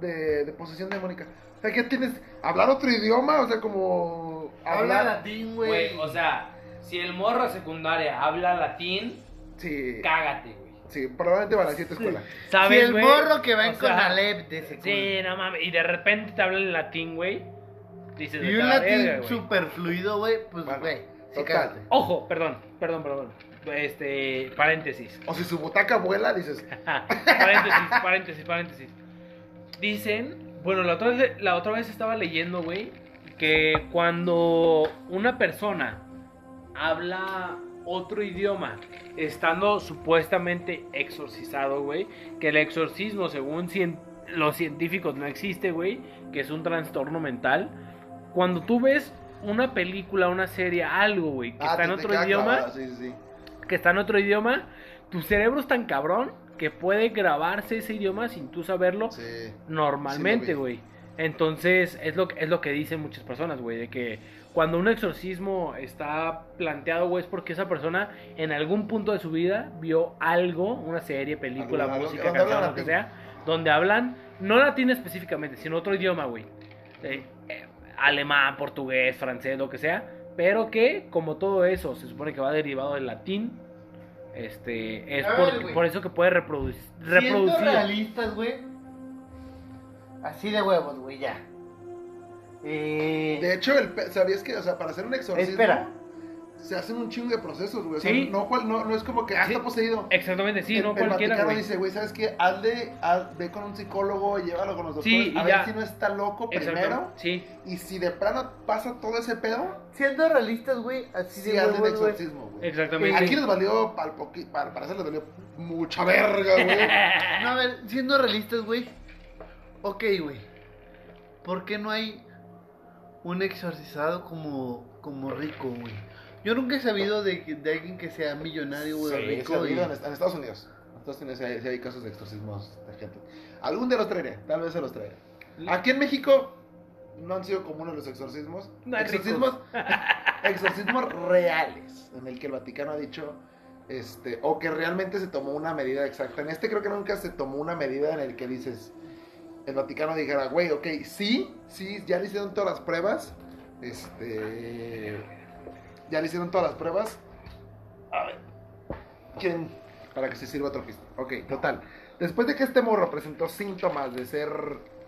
Speaker 2: de, de posesión demoníaca? O sea, ¿qué tienes? ¿Hablar otro idioma? O sea, como...
Speaker 1: Habla latín, güey.
Speaker 3: Güey, o sea, si el morro secundaria habla latín,
Speaker 2: Sí,
Speaker 3: cágate, güey.
Speaker 2: sí, probablemente van a decir tu escuela.
Speaker 1: Si el
Speaker 3: güey?
Speaker 1: morro que va en
Speaker 3: O sea,
Speaker 1: Conalep de secundaria.
Speaker 3: Sí, no mames, y de repente te habla en latín, güey. Dices,
Speaker 1: Y
Speaker 3: "Vete a
Speaker 1: un
Speaker 3: la
Speaker 1: latín
Speaker 3: verga, güey".
Speaker 1: super fluido, güey, pues,
Speaker 2: Bueno,
Speaker 1: güey, se
Speaker 2: total.
Speaker 1: cágate.
Speaker 3: Ojo, perdón, perdón, perdón. Este, paréntesis.
Speaker 2: O si su butaca vuela, dices...
Speaker 3: *laughs* paréntesis, paréntesis, paréntesis. Dicen, bueno, la otra, vez- la otra vez estaba leyendo, güey, que cuando una persona habla otro idioma, estando supuestamente exorcizado, güey, que el exorcismo, según cien- los científicos, no existe, güey, que es un trastorno mental. Cuando tú ves una película, una serie, algo, güey, que
Speaker 2: Ah,
Speaker 3: está en
Speaker 2: te- te
Speaker 3: otro
Speaker 2: queda
Speaker 3: idioma,
Speaker 2: clavada, Sí, sí, sí.
Speaker 3: que está en otro idioma, tu cerebro es tan cabrón que puede grabarse ese idioma sin tú saberlo
Speaker 2: Sí.
Speaker 3: normalmente,
Speaker 2: Sí, lo vi.
Speaker 3: güey. Entonces, es lo, que- es lo que dicen muchas personas, güey, de que cuando un exorcismo está planteado, güey, es porque esa persona en algún punto de su vida vio algo, una serie, película,
Speaker 2: Algo- algo-
Speaker 3: música,
Speaker 2: donde
Speaker 3: canción,
Speaker 2: hablan
Speaker 3: lo que
Speaker 2: latín.
Speaker 3: sea, donde hablan, no latín específicamente, sino otro idioma, güey. Eh, eh, alemán, portugués, francés, lo que sea, pero que como todo eso se supone que va derivado del latín, este, es
Speaker 1: A
Speaker 3: por,
Speaker 1: ver, güey.
Speaker 3: por eso que puede reproducir.
Speaker 1: Siendo
Speaker 3: reproducir.
Speaker 1: realistas, güey. Así de huevos, güey, ya. Eh,
Speaker 2: De hecho, el pe- ¿sabías que, o sea, para hacer un exorcismo...
Speaker 1: Espera.
Speaker 2: Se hacen un chingo de procesos, güey. O sea,
Speaker 3: Sí.
Speaker 2: no, cual- no, no es como que, ah,
Speaker 3: Sí.
Speaker 2: está poseído.
Speaker 3: Exactamente, sí,
Speaker 2: el,
Speaker 3: no
Speaker 2: el
Speaker 3: cualquiera,
Speaker 2: Vaticano
Speaker 3: güey.
Speaker 2: dice, güey, ¿sabes qué? Hazle, haz- ve con un psicólogo, llévalo con los doctores,
Speaker 3: Sí, y
Speaker 2: a
Speaker 3: ya.
Speaker 2: ver si no está loco primero.
Speaker 3: Exactamente, Sí,
Speaker 2: Y si de plano pasa todo ese pedo,
Speaker 1: Siendo realistas, güey, así
Speaker 2: sí,
Speaker 1: de
Speaker 2: hacen
Speaker 1: huevos, güey.
Speaker 2: exorcismo, güey.
Speaker 3: exactamente.
Speaker 2: Aquí les valió, pal poqui- pal- para hacer les valió mucha verga,
Speaker 3: *laughs*
Speaker 2: güey.
Speaker 1: No, a ver, siendo realistas, güey. Ok, güey. ¿Por qué no hay un exorcizado como, como rico, güey? Yo nunca he sabido de, que- de alguien que sea millonario, güey,
Speaker 2: Sí,
Speaker 1: rico.
Speaker 2: se ha habido
Speaker 1: y-
Speaker 2: en, este est- en Estados Unidos. En Estados Unidos sí hay, sí hay casos de exorcismos de gente. Algún día los traeré, tal vez se los traeré. Aquí en México no han sido comunes los exorcismos.
Speaker 3: No hay *laughs*
Speaker 2: exorcismos, exorcismos reales, en el que el Vaticano ha dicho, este, o que realmente se tomó una medida exacta. En este creo que nunca se tomó una medida en el que dices, el Vaticano dijera, güey, ok, sí, sí, ya le hicieron todas las pruebas, este, ya le hicieron todas las pruebas. A ver, ¿quién? Para que se sirva otro piso. Ok, total. Después de que este morro presentó síntomas de ser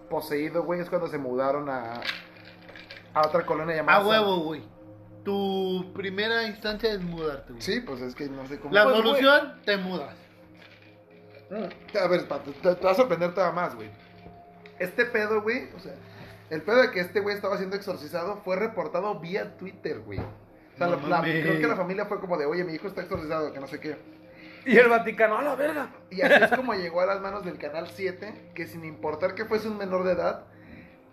Speaker 2: poseído, güey, es cuando se mudaron a, a otra colonia llamada.
Speaker 1: A huevo, güey. Tu primera instancia es mudarte, güey.
Speaker 2: Sí, pues es que no sé cómo.
Speaker 1: La
Speaker 2: Pues, güey,
Speaker 1: solución, te mudas.
Speaker 2: Mm, A ver, pa- te, te va a sorprender todavía más, güey. Este pedo, güey, o sea, el pedo de que este güey estaba siendo exorcizado fue reportado vía Twitter, güey. O sea,
Speaker 1: No
Speaker 2: la- la-
Speaker 1: mames.
Speaker 2: creo que la familia fue como de, oye, mi hijo está exorcizado, que no sé qué.
Speaker 3: Y el Vaticano, a la verga.
Speaker 2: Y así es como llegó a las manos del Canal 7, que sin importar que fuese un menor de edad,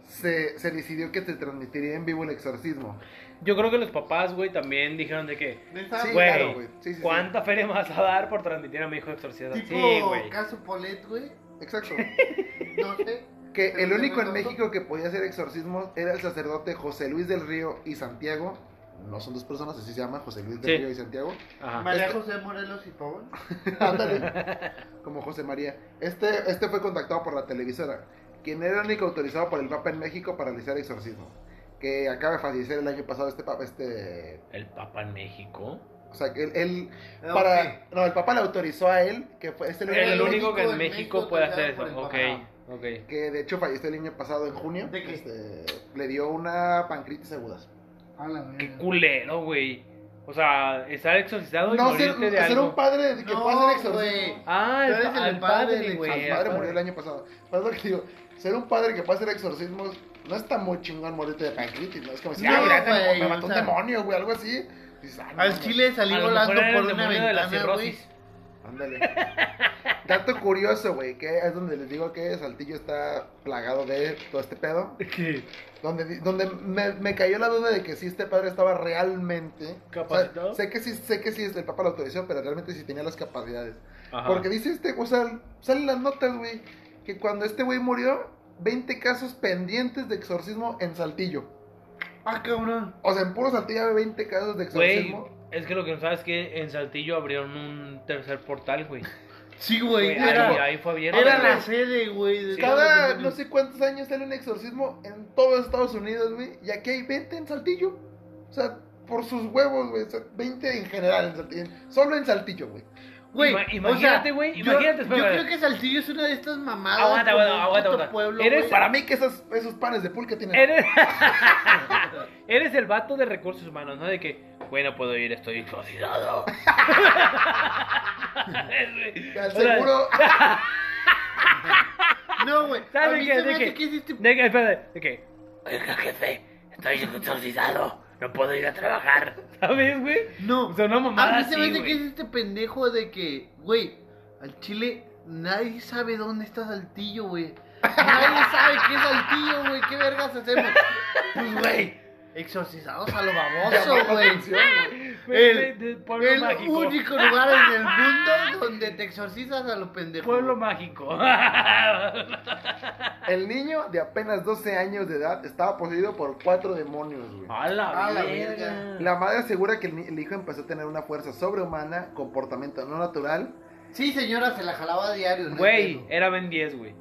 Speaker 2: se, se decidió que te transmitiría en vivo el exorcismo.
Speaker 3: Yo creo que los papás, güey, también dijeron de que.
Speaker 1: Ah,
Speaker 2: Sí,
Speaker 3: Güey,
Speaker 2: claro, güey. Sí, sí, sí.
Speaker 3: ¿Cuánta feria me vas a dar por transmitir a mi hijo exorcizado?
Speaker 1: Tipo
Speaker 3: Sí, güey.
Speaker 1: caso Polet, güey.
Speaker 2: Exacto.
Speaker 1: No sé.
Speaker 2: Que el
Speaker 1: Pero
Speaker 2: único
Speaker 1: yo
Speaker 2: en
Speaker 1: me noto-
Speaker 2: México que podía hacer exorcismos era el sacerdote José Luis del Río y Santiago. No son dos personas, así se llama, José Luis del
Speaker 3: Sí.
Speaker 2: Río y Santiago. *laughs*
Speaker 3: Ajá.
Speaker 1: María José Morelos y Pavón.
Speaker 2: Ándale. Como José María. Este, este fue contactado por la televisora, quien era el único autorizado por el Papa en México para realizar exorcismos. Que acaba de fallecer el año pasado este Papa, este...
Speaker 3: El Papa en México.
Speaker 2: O sea, que él, él para...
Speaker 1: Ah, Ok.
Speaker 2: No, el Papa le autorizó a él, que fue, este es el único
Speaker 3: El,
Speaker 1: el
Speaker 3: único
Speaker 1: único
Speaker 3: que en
Speaker 1: en
Speaker 3: México
Speaker 1: México
Speaker 3: puede
Speaker 1: tratado
Speaker 3: hacer eso.
Speaker 1: por el
Speaker 3: Ok,
Speaker 1: Papa.
Speaker 3: ok.
Speaker 2: que de hecho falleció el año pasado en junio.
Speaker 1: ¿De qué?
Speaker 2: Este, le dio una pancreatitis aguda.
Speaker 1: A la verga.
Speaker 3: Qué culero, güey. O sea, estar exorcizado y
Speaker 2: No, ser,
Speaker 3: morirte de
Speaker 2: ser
Speaker 3: algo.
Speaker 2: un padre que
Speaker 1: No,
Speaker 2: pueda hacer exorcismo.
Speaker 1: güey.
Speaker 3: Ah,
Speaker 1: Tú
Speaker 3: el,
Speaker 1: eres el
Speaker 3: al
Speaker 1: padre
Speaker 3: padre,
Speaker 1: del-
Speaker 3: güey.
Speaker 2: Mi
Speaker 1: al
Speaker 2: padre
Speaker 3: al
Speaker 2: murió el año pasado. Pero es lo que digo, ser un padre que pueda hacer exorcismos no está muy chingón morirte de pancreatitis, ¿no? Es como si,
Speaker 1: No,
Speaker 2: ah, mira, me-
Speaker 1: güey,
Speaker 2: me mató
Speaker 1: o
Speaker 2: un
Speaker 1: sea-
Speaker 2: demonio, güey, algo así. Dices, ah, no,
Speaker 1: Al
Speaker 2: no.
Speaker 1: chile salí
Speaker 3: A lo mejor
Speaker 1: volando
Speaker 3: era el
Speaker 1: por una
Speaker 3: demonio de la
Speaker 1: ventana, güey.
Speaker 3: cirrosis. *laughs*
Speaker 2: Ándale. Dato curioso, güey, que es donde les digo que Saltillo está plagado de todo este pedo.
Speaker 3: ¿Qué?
Speaker 2: Donde, di- donde me, me cayó la duda de que si este padre estaba realmente
Speaker 3: ¿Capacitado?
Speaker 2: o sea, sé que sí, sé que sí el papá lo autorizó, pero realmente sí tenía las capacidades.
Speaker 3: Ajá.
Speaker 2: Porque dice este, o sea, salen las notas, güey, que cuando este güey murió, 20 casos pendientes de exorcismo en Saltillo.
Speaker 1: Ah, cabrón.
Speaker 2: O sea, en puro Saltillo había 20 casos de
Speaker 3: Güey,
Speaker 2: exorcismo.
Speaker 3: es que lo que no sabes es que en Saltillo abrieron un tercer portal, güey.
Speaker 1: Sí, güey.
Speaker 3: Güey,
Speaker 1: Era,
Speaker 3: ahí, ahí fue abierto.
Speaker 1: era
Speaker 3: güey.
Speaker 1: la sede, güey. de todos
Speaker 2: Cada
Speaker 1: los-
Speaker 2: no sé cuántos años sale un exorcismo en todo Estados Unidos, güey. Y aquí hay 20 en Saltillo. O sea, por sus huevos, güey. O sea, 20 en general en Saltillo. Solo en Saltillo, güey.
Speaker 1: Güey, o
Speaker 3: Ima-
Speaker 1: sea,
Speaker 3: imagínate, güey,
Speaker 1: yo-
Speaker 3: imagínate,
Speaker 1: Yo,
Speaker 3: espera,
Speaker 1: creo
Speaker 3: güey.
Speaker 1: que Saltillo es una de estas mamadas.
Speaker 3: Aguanta,
Speaker 1: como un
Speaker 3: aguanta, aguanta,
Speaker 1: puto
Speaker 3: aguanta.
Speaker 1: pueblo,
Speaker 3: Eres
Speaker 1: güey.
Speaker 2: Para mí que esos, esos panes de pulque tienen...
Speaker 3: Eres... Eres el vato de recursos humanos, ¿no? De que, bueno, puedo ir,
Speaker 1: *laughs*
Speaker 3: estoy exorcizado.
Speaker 2: Te aseguro...
Speaker 1: No,
Speaker 3: *laughs*
Speaker 1: güey. A
Speaker 3: ¿Sabe
Speaker 1: mí
Speaker 3: qué?
Speaker 1: se me
Speaker 3: ¿De
Speaker 1: hace
Speaker 3: qué?
Speaker 1: que es este
Speaker 3: De que, espérate, de que,
Speaker 5: Oiga, jefe, estoy exorcizado. No puedo ir a trabajar.
Speaker 3: ¿sabes, güey?
Speaker 1: No.
Speaker 3: O sea, una
Speaker 1: A
Speaker 3: mamada
Speaker 1: mí se me
Speaker 3: así,
Speaker 1: hace que es
Speaker 3: Ah, güey.
Speaker 1: este pendejo de que, güey, al chile nadie sabe dónde está Saltillo, güey. Nadie sabe qué es Saltillo, güey. ¿Qué vergas hacemos? Pues, güey, exorcizados a lo
Speaker 2: Llamó
Speaker 1: baboso,
Speaker 2: la
Speaker 1: güey.
Speaker 2: atención, güey.
Speaker 3: Güey,
Speaker 1: el-
Speaker 3: de- de pueblo
Speaker 1: El
Speaker 3: mágico.
Speaker 1: único lugar en el mundo donde te exorcizas a lo pendejo.
Speaker 3: Pueblo
Speaker 1: *laughs*
Speaker 3: mágico.
Speaker 2: *laughs* El niño de apenas 12 años de edad estaba poseído por cuatro demonios, güey.
Speaker 3: A la,
Speaker 1: A la
Speaker 3: verga.
Speaker 2: La madre asegura que el, ni- el hijo empezó a tener una fuerza sobrehumana, comportamiento no natural.
Speaker 1: Sí, señora, se la jalaba a diario, ¿no?
Speaker 3: Güey,
Speaker 1: entiendo.
Speaker 3: era Ben 10, güey.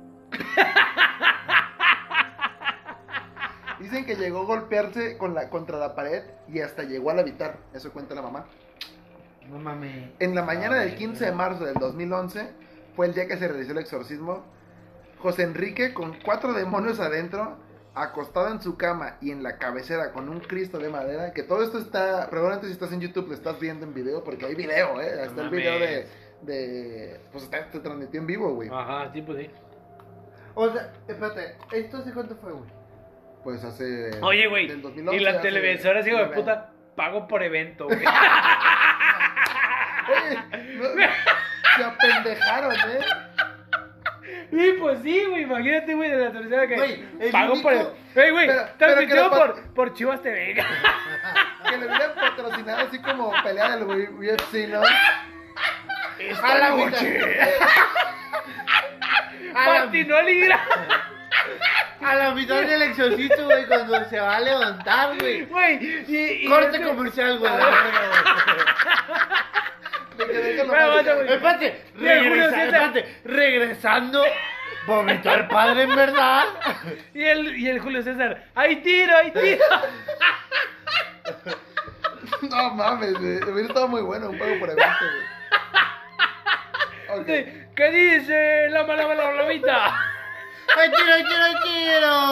Speaker 2: Dicen que llegó a golpearse con la, contra la pared y hasta llegó al habitar. Eso cuenta la mamá.
Speaker 1: No mames.
Speaker 2: En
Speaker 3: Ah,
Speaker 2: la mañana del 15 de marzo del 2011 fue el día que se realizó el exorcismo. José Enrique, con cuatro demonios adentro, acostado en su cama y en la cabecera con un Cristo de madera, que todo esto está, probablemente si estás en YouTube lo estás viendo en video, porque hay video, ¿eh? Está el video de, de- pues está, se transmitió en vivo, güey.
Speaker 3: Ajá, sí, pues sí.
Speaker 1: O sea, espérate, ¿esto hace cuánto fue, güey?
Speaker 2: Pues hace...
Speaker 3: Oye, güey.
Speaker 2: del 2011,
Speaker 3: Y la
Speaker 2: hace
Speaker 3: televisora, hijo de
Speaker 2: nueve años.
Speaker 3: puta, pago por evento, güey. *laughs*
Speaker 2: Oye, no- se apendejaron, ¿eh?
Speaker 3: Sí, pues sí, güey. Imagínate, güey, de la televisora que.
Speaker 1: Güey, el
Speaker 3: pago por
Speaker 1: único-
Speaker 3: evento. Güey, güey,
Speaker 2: Pero- pero que
Speaker 3: transmitido
Speaker 2: lo pa-
Speaker 3: por, por Chivas TV.
Speaker 2: *laughs*
Speaker 3: *laughs*
Speaker 2: Que le hubieran patrocinado así como pelea del UFC, ¿no?
Speaker 1: A la mitad. A la,
Speaker 3: Martinoli, mira.
Speaker 1: a la mitad del exorcito, güey, cuando se va a levantar, güey.
Speaker 3: Güey. y- este, y-
Speaker 1: Corte
Speaker 3: ese-
Speaker 1: comercial, güey. a la verga,
Speaker 2: De que dejan la
Speaker 3: Bueno,
Speaker 2: música.
Speaker 3: bueno,
Speaker 1: güey. Espérate,
Speaker 3: Mira, Julio
Speaker 1: regresa,
Speaker 3: César.
Speaker 1: espérate, regresando. Vomitó el padre, en verdad.
Speaker 3: Y el, y el Julio César. ¡Ay, tiro,
Speaker 2: *laughs*
Speaker 3: ay, tiro!
Speaker 2: *laughs* No mames, güey. Hubiera estado muy bueno un pago por evento, güey. Ok.
Speaker 3: ¿Qué dice la mala mala
Speaker 2: *laughs*
Speaker 3: blavita?
Speaker 1: ¡Ay, tiro, ay, tiro, ay,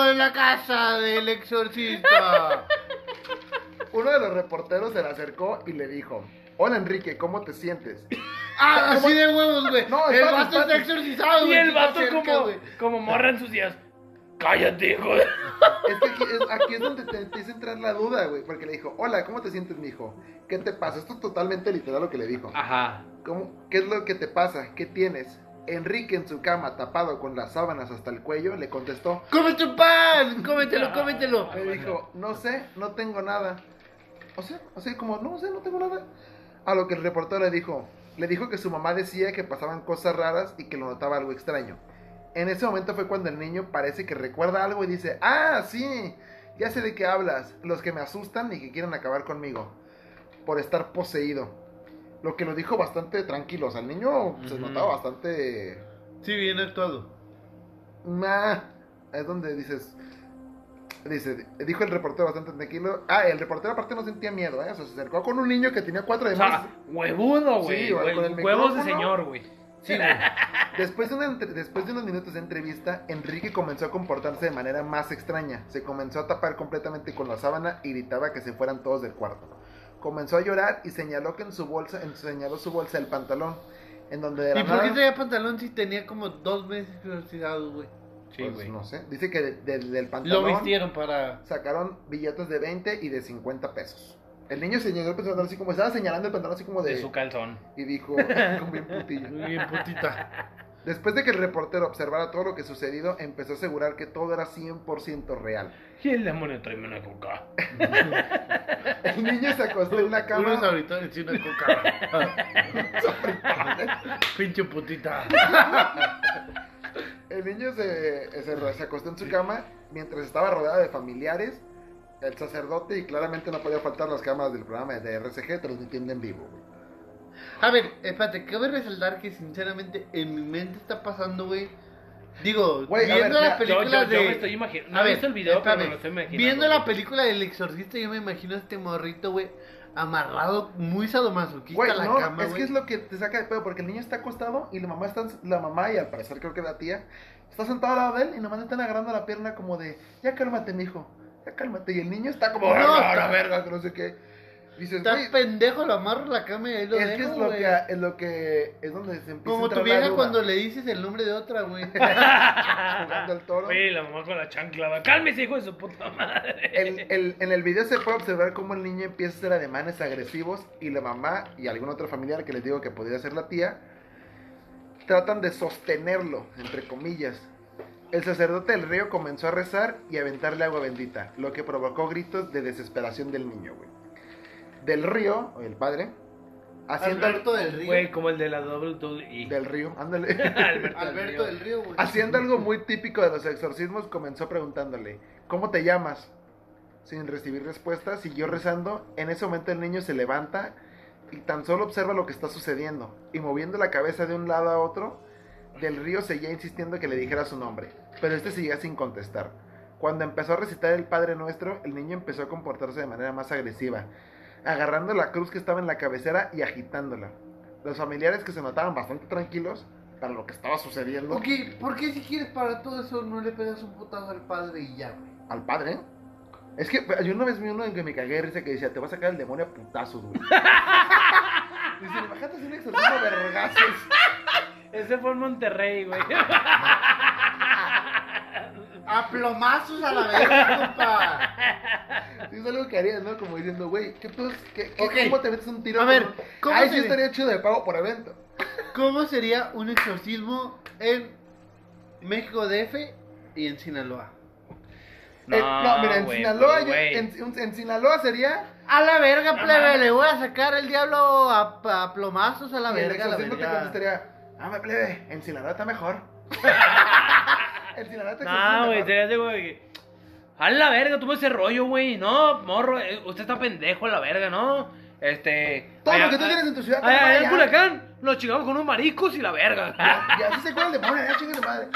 Speaker 1: tiro! En la casa del exorcista.
Speaker 2: Uno de los reporteros se le acercó y le dijo: Hola Enrique, ¿cómo te sientes?
Speaker 1: Ah, así de huevos, güey.
Speaker 2: No,
Speaker 1: el
Speaker 2: espérate,
Speaker 1: vato está
Speaker 2: espérate.
Speaker 1: exorcizado,
Speaker 3: Y
Speaker 1: güey.
Speaker 3: el
Speaker 1: se
Speaker 3: vato
Speaker 1: acerca,
Speaker 3: como,
Speaker 1: güey.
Speaker 3: como morra en sus días. Cállate, hijo de...
Speaker 2: Es que aquí es, aquí es donde te empieza a entrar la duda, güey. Porque le dijo: Hola, ¿cómo te sientes, mijo? ¿Qué te pasa? Esto es totalmente literal lo que le dijo.
Speaker 3: Ajá.
Speaker 2: ¿Cómo? ¿Qué es lo que te pasa? ¿Qué tienes? Enrique en su cama, tapado con las sábanas hasta el cuello, le contestó:
Speaker 1: ¡Cómete un pan! ¡Cómetelo, cómetelo!
Speaker 2: Me dijo, no sé, no tengo nada. O sea, o sea, como, no sé, no tengo nada. A lo que el reportero le dijo, le dijo que su mamá decía que pasaban cosas raras y que lo notaba algo extraño. En ese momento fue cuando el niño parece que recuerda algo y dice, ah, sí, ya sé de qué hablas, los que me asustan y que quieren acabar conmigo por estar poseído. Lo que lo dijo bastante tranquilo, o sea, el niño se
Speaker 3: Ujú.
Speaker 2: notaba bastante...
Speaker 1: Sí, bien actuado.
Speaker 2: Nah, es donde dices. Dice, dijo el reportero bastante tranquilo. Ah, el reportero aparte no sentía miedo, ¿eh? O sea, se acercó con un niño que tenía cuatro
Speaker 3: O
Speaker 2: de más.
Speaker 1: Ah. *laughs*
Speaker 3: sea, huevudo, güey.
Speaker 2: Sí, güey,
Speaker 3: güey,
Speaker 2: con el
Speaker 3: huevos de
Speaker 2: micrófono.
Speaker 3: señor, güey.
Speaker 2: Sí, güey. Después de, una entre- después de unos minutos de entrevista, Enrique comenzó a comportarse de manera más extraña. Se comenzó a tapar completamente con la sábana y gritaba que se fueran todos del cuarto. Comenzó a llorar y señaló que en su bolsa, en- señaló su bolsa el pantalón, en donde de la
Speaker 1: ¿Y por qué
Speaker 2: nada- pues,
Speaker 1: traía pantalón si tenía como dos meses exorcizado, güey?
Speaker 3: Sí,
Speaker 2: pues,
Speaker 3: güey.
Speaker 2: no sé. Dice que de- de- del
Speaker 1: Lo
Speaker 2: pantalón
Speaker 1: vistieron para.
Speaker 2: sacaron billetes de 20 y de 50 pesos. El niño señaló el pantalón así como, estaba señalando el pantalón así como de...
Speaker 3: de su calzón.
Speaker 2: Y dijo, con bien putillo.
Speaker 1: Muy bien, putita.
Speaker 2: Después de que el reportero observara todo lo que sucedido, empezó a asegurar que todo era 100% real.
Speaker 3: Y el demonio tráeme una coca.
Speaker 2: El niño se acostó en una
Speaker 1: Unos
Speaker 2: cama.
Speaker 1: sabritones y una coca. Ah, Pinche putita.
Speaker 2: *laughs* El niño se, se- se acostó en su cama mientras estaba rodeado de familiares, el sacerdote y claramente no podía faltar las cámaras del programa de RCG transmitiendo en vivo. güey.
Speaker 1: A ver, espérate, cabe resaltar que sinceramente en mi mente está pasando, güey. Digo,
Speaker 2: Güey, a ver,
Speaker 1: viendo
Speaker 2: mira,
Speaker 1: las
Speaker 2: yo-
Speaker 3: Yo, yo,
Speaker 1: películas de.
Speaker 3: yo me estoy imaginando. No
Speaker 1: a
Speaker 3: he
Speaker 1: ver,
Speaker 3: visto el video, pero
Speaker 1: espérame,
Speaker 3: me lo estoy imaginando.
Speaker 1: Viendo la
Speaker 3: güey.
Speaker 1: película del exorcista, yo me imagino a este morrito, güey, amarrado, muy sadomasoquista
Speaker 2: Güey,
Speaker 1: a la
Speaker 2: no,
Speaker 1: cama,
Speaker 2: es que
Speaker 1: güey.
Speaker 2: es lo que te saca de pedo porque el niño está acostado y la mamá está, la mamá y al parecer creo que la tía está sentada al lado de él y nomás le están agarrando la pierna como de, ya cálmate, mijo, ya cálmate. Y el niño está como,
Speaker 1: No,
Speaker 2: "Ah, la
Speaker 1: está-
Speaker 2: verga, que no sé qué. Dices,
Speaker 1: Está
Speaker 2: güey,
Speaker 1: pendejo, lo amarro a la cama y ahí lo
Speaker 2: es que
Speaker 1: dejo,
Speaker 2: es lo
Speaker 1: güey.
Speaker 2: que, es lo que, es donde se empieza a
Speaker 1: Como tu
Speaker 2: entrar la
Speaker 1: vieja
Speaker 2: duda.
Speaker 1: cuando le dices el nombre de otra, güey.
Speaker 2: *laughs* Jugando al toro.
Speaker 3: Güey, la mamá con la chancla. va, Cálmese, hijo de su puta madre.
Speaker 2: El- el- en el video se puede observar cómo el niño empieza a hacer ademanes agresivos y la mamá y algún otro familiar que les digo que podría ser la tía tratan de sostenerlo, entre comillas. El sacerdote del río comenzó a rezar y a aventarle agua bendita, lo que provocó gritos de desesperación del niño, güey. Del río, o el padre, haciendo
Speaker 1: Alberto del Río.
Speaker 3: Güey, como el de la WWE. *laughs*
Speaker 2: del río, ándale.
Speaker 3: Alberto,
Speaker 1: Alberto del Río, güey.
Speaker 2: Haciendo algo muy típico de los exorcismos, comenzó preguntándole, ¿cómo te llamas? Sin recibir respuesta, siguió rezando. En ese momento el niño se levanta y tan solo observa lo que está sucediendo. Y moviendo la cabeza de un lado a otro, del río seguía insistiendo que le dijera su nombre. Pero este seguía sin contestar. Cuando empezó a recitar el Padre Nuestro, el niño empezó a comportarse de manera más agresiva, agarrando la cruz que estaba en la cabecera y agitándola. Los familiares que se notaban bastante tranquilos para lo que estaba sucediendo.
Speaker 1: Ok, ¿por qué si quieres para todo eso no le pegas un putazo al padre y ya, güey?
Speaker 2: al padre. Es que yo una vez vi uno en que me cagué de risa que decía, te va a sacar el demonio a
Speaker 1: *laughs*
Speaker 2: putazos, güey. Dice, imagínate hacer un exorcismo de regazos.
Speaker 3: Ese fue en
Speaker 2: *laughs*
Speaker 3: Monterrey,
Speaker 2: Eh,
Speaker 3: güey.
Speaker 1: A plomazos a la vez, compa.
Speaker 2: Es algo que harías, ¿no? Como diciendo, güey, ¿qué, tú- qué, qué-
Speaker 1: Ok.
Speaker 2: ¿cómo te metes un tiro?
Speaker 1: A ver,
Speaker 2: con un-
Speaker 1: ¿cómo
Speaker 2: Ahí sí
Speaker 1: sería?
Speaker 2: estaría chido de pago por evento.
Speaker 1: ¿Cómo sería un exorcismo en México DF y en Sinaloa?
Speaker 2: No, Eh, no mira, en
Speaker 3: güey,
Speaker 2: Sinaloa,
Speaker 1: pues,
Speaker 3: pero,
Speaker 2: yo-
Speaker 3: güey.
Speaker 2: en, en- en Sinaloa sería...
Speaker 1: A la verga,
Speaker 3: No
Speaker 1: plebe,
Speaker 3: mames.
Speaker 1: le voy a sacar el diablo a, a plomazos a la
Speaker 2: el
Speaker 1: verga, a la
Speaker 2: exorcismo te
Speaker 1: verga.
Speaker 2: contestaría, ah, me plebe, en Sinaloa
Speaker 1: *laughs*
Speaker 2: está mejor. en Sinaloa te exorcismo
Speaker 3: No, güey,
Speaker 2: mejor.
Speaker 3: sería ese, güey. que, A la verga, tuvo ese rollo, güey. No, morro, eh, usted está pendejo a la verga, ¿no? Este.
Speaker 2: Todo
Speaker 3: allá-
Speaker 2: lo que tú tienes en tu ciudad.
Speaker 3: Allá,
Speaker 2: toma
Speaker 3: allá ah, en
Speaker 2: ya.
Speaker 3: Culiacán, lo chingamos con unos mariscos y la verga.
Speaker 2: Y así se cuela el demonio, ya chingue su madre.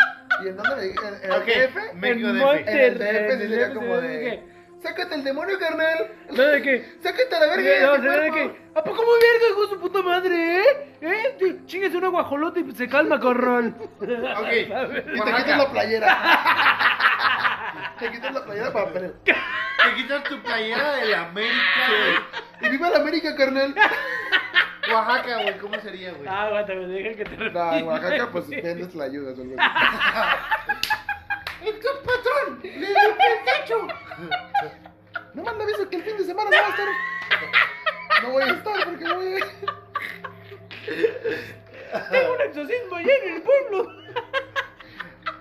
Speaker 2: ¿Y en dónde le dije? ¿En, en
Speaker 1: Ok,
Speaker 2: el DF?
Speaker 1: me- México
Speaker 3: En
Speaker 1: DF.
Speaker 3: Monterrey,
Speaker 2: En el DF sí sería
Speaker 3: en el
Speaker 2: como
Speaker 3: DF,
Speaker 2: de- Sácate el demonio, carnal.
Speaker 3: ¿No de qué?
Speaker 2: *laughs* Sácate a la verga.
Speaker 3: No,
Speaker 2: de
Speaker 3: sería de
Speaker 2: ese cuerpo.
Speaker 3: que, ¿A poco muy verga, hijo de su puta madre, eh? ¿Eh? Te- Chíngase un aguajolote y se
Speaker 1: *laughs*
Speaker 3: calma, corrón.
Speaker 2: *laughs*
Speaker 1: Ok,
Speaker 3: Ah,
Speaker 2: Y te quitas la playera. *laughs* te quitas la playera para pelear.
Speaker 1: te quitas tu playera de la América, güey.
Speaker 2: Y viva la América, carnal.
Speaker 1: Oaxaca, güey, ¿cómo sería, güey?
Speaker 3: Ah, güey, te me deja que te
Speaker 2: No, en Oaxaca, pues vendes la ayuda. o algo así.
Speaker 1: ¡Esto es patrón! ¡Le di el techo!
Speaker 2: No manda aviso que el fin de semana no va a estar. No voy a estar porque no voy a.
Speaker 3: *laughs* Tengo un exorcismo allá en el pueblo. *laughs*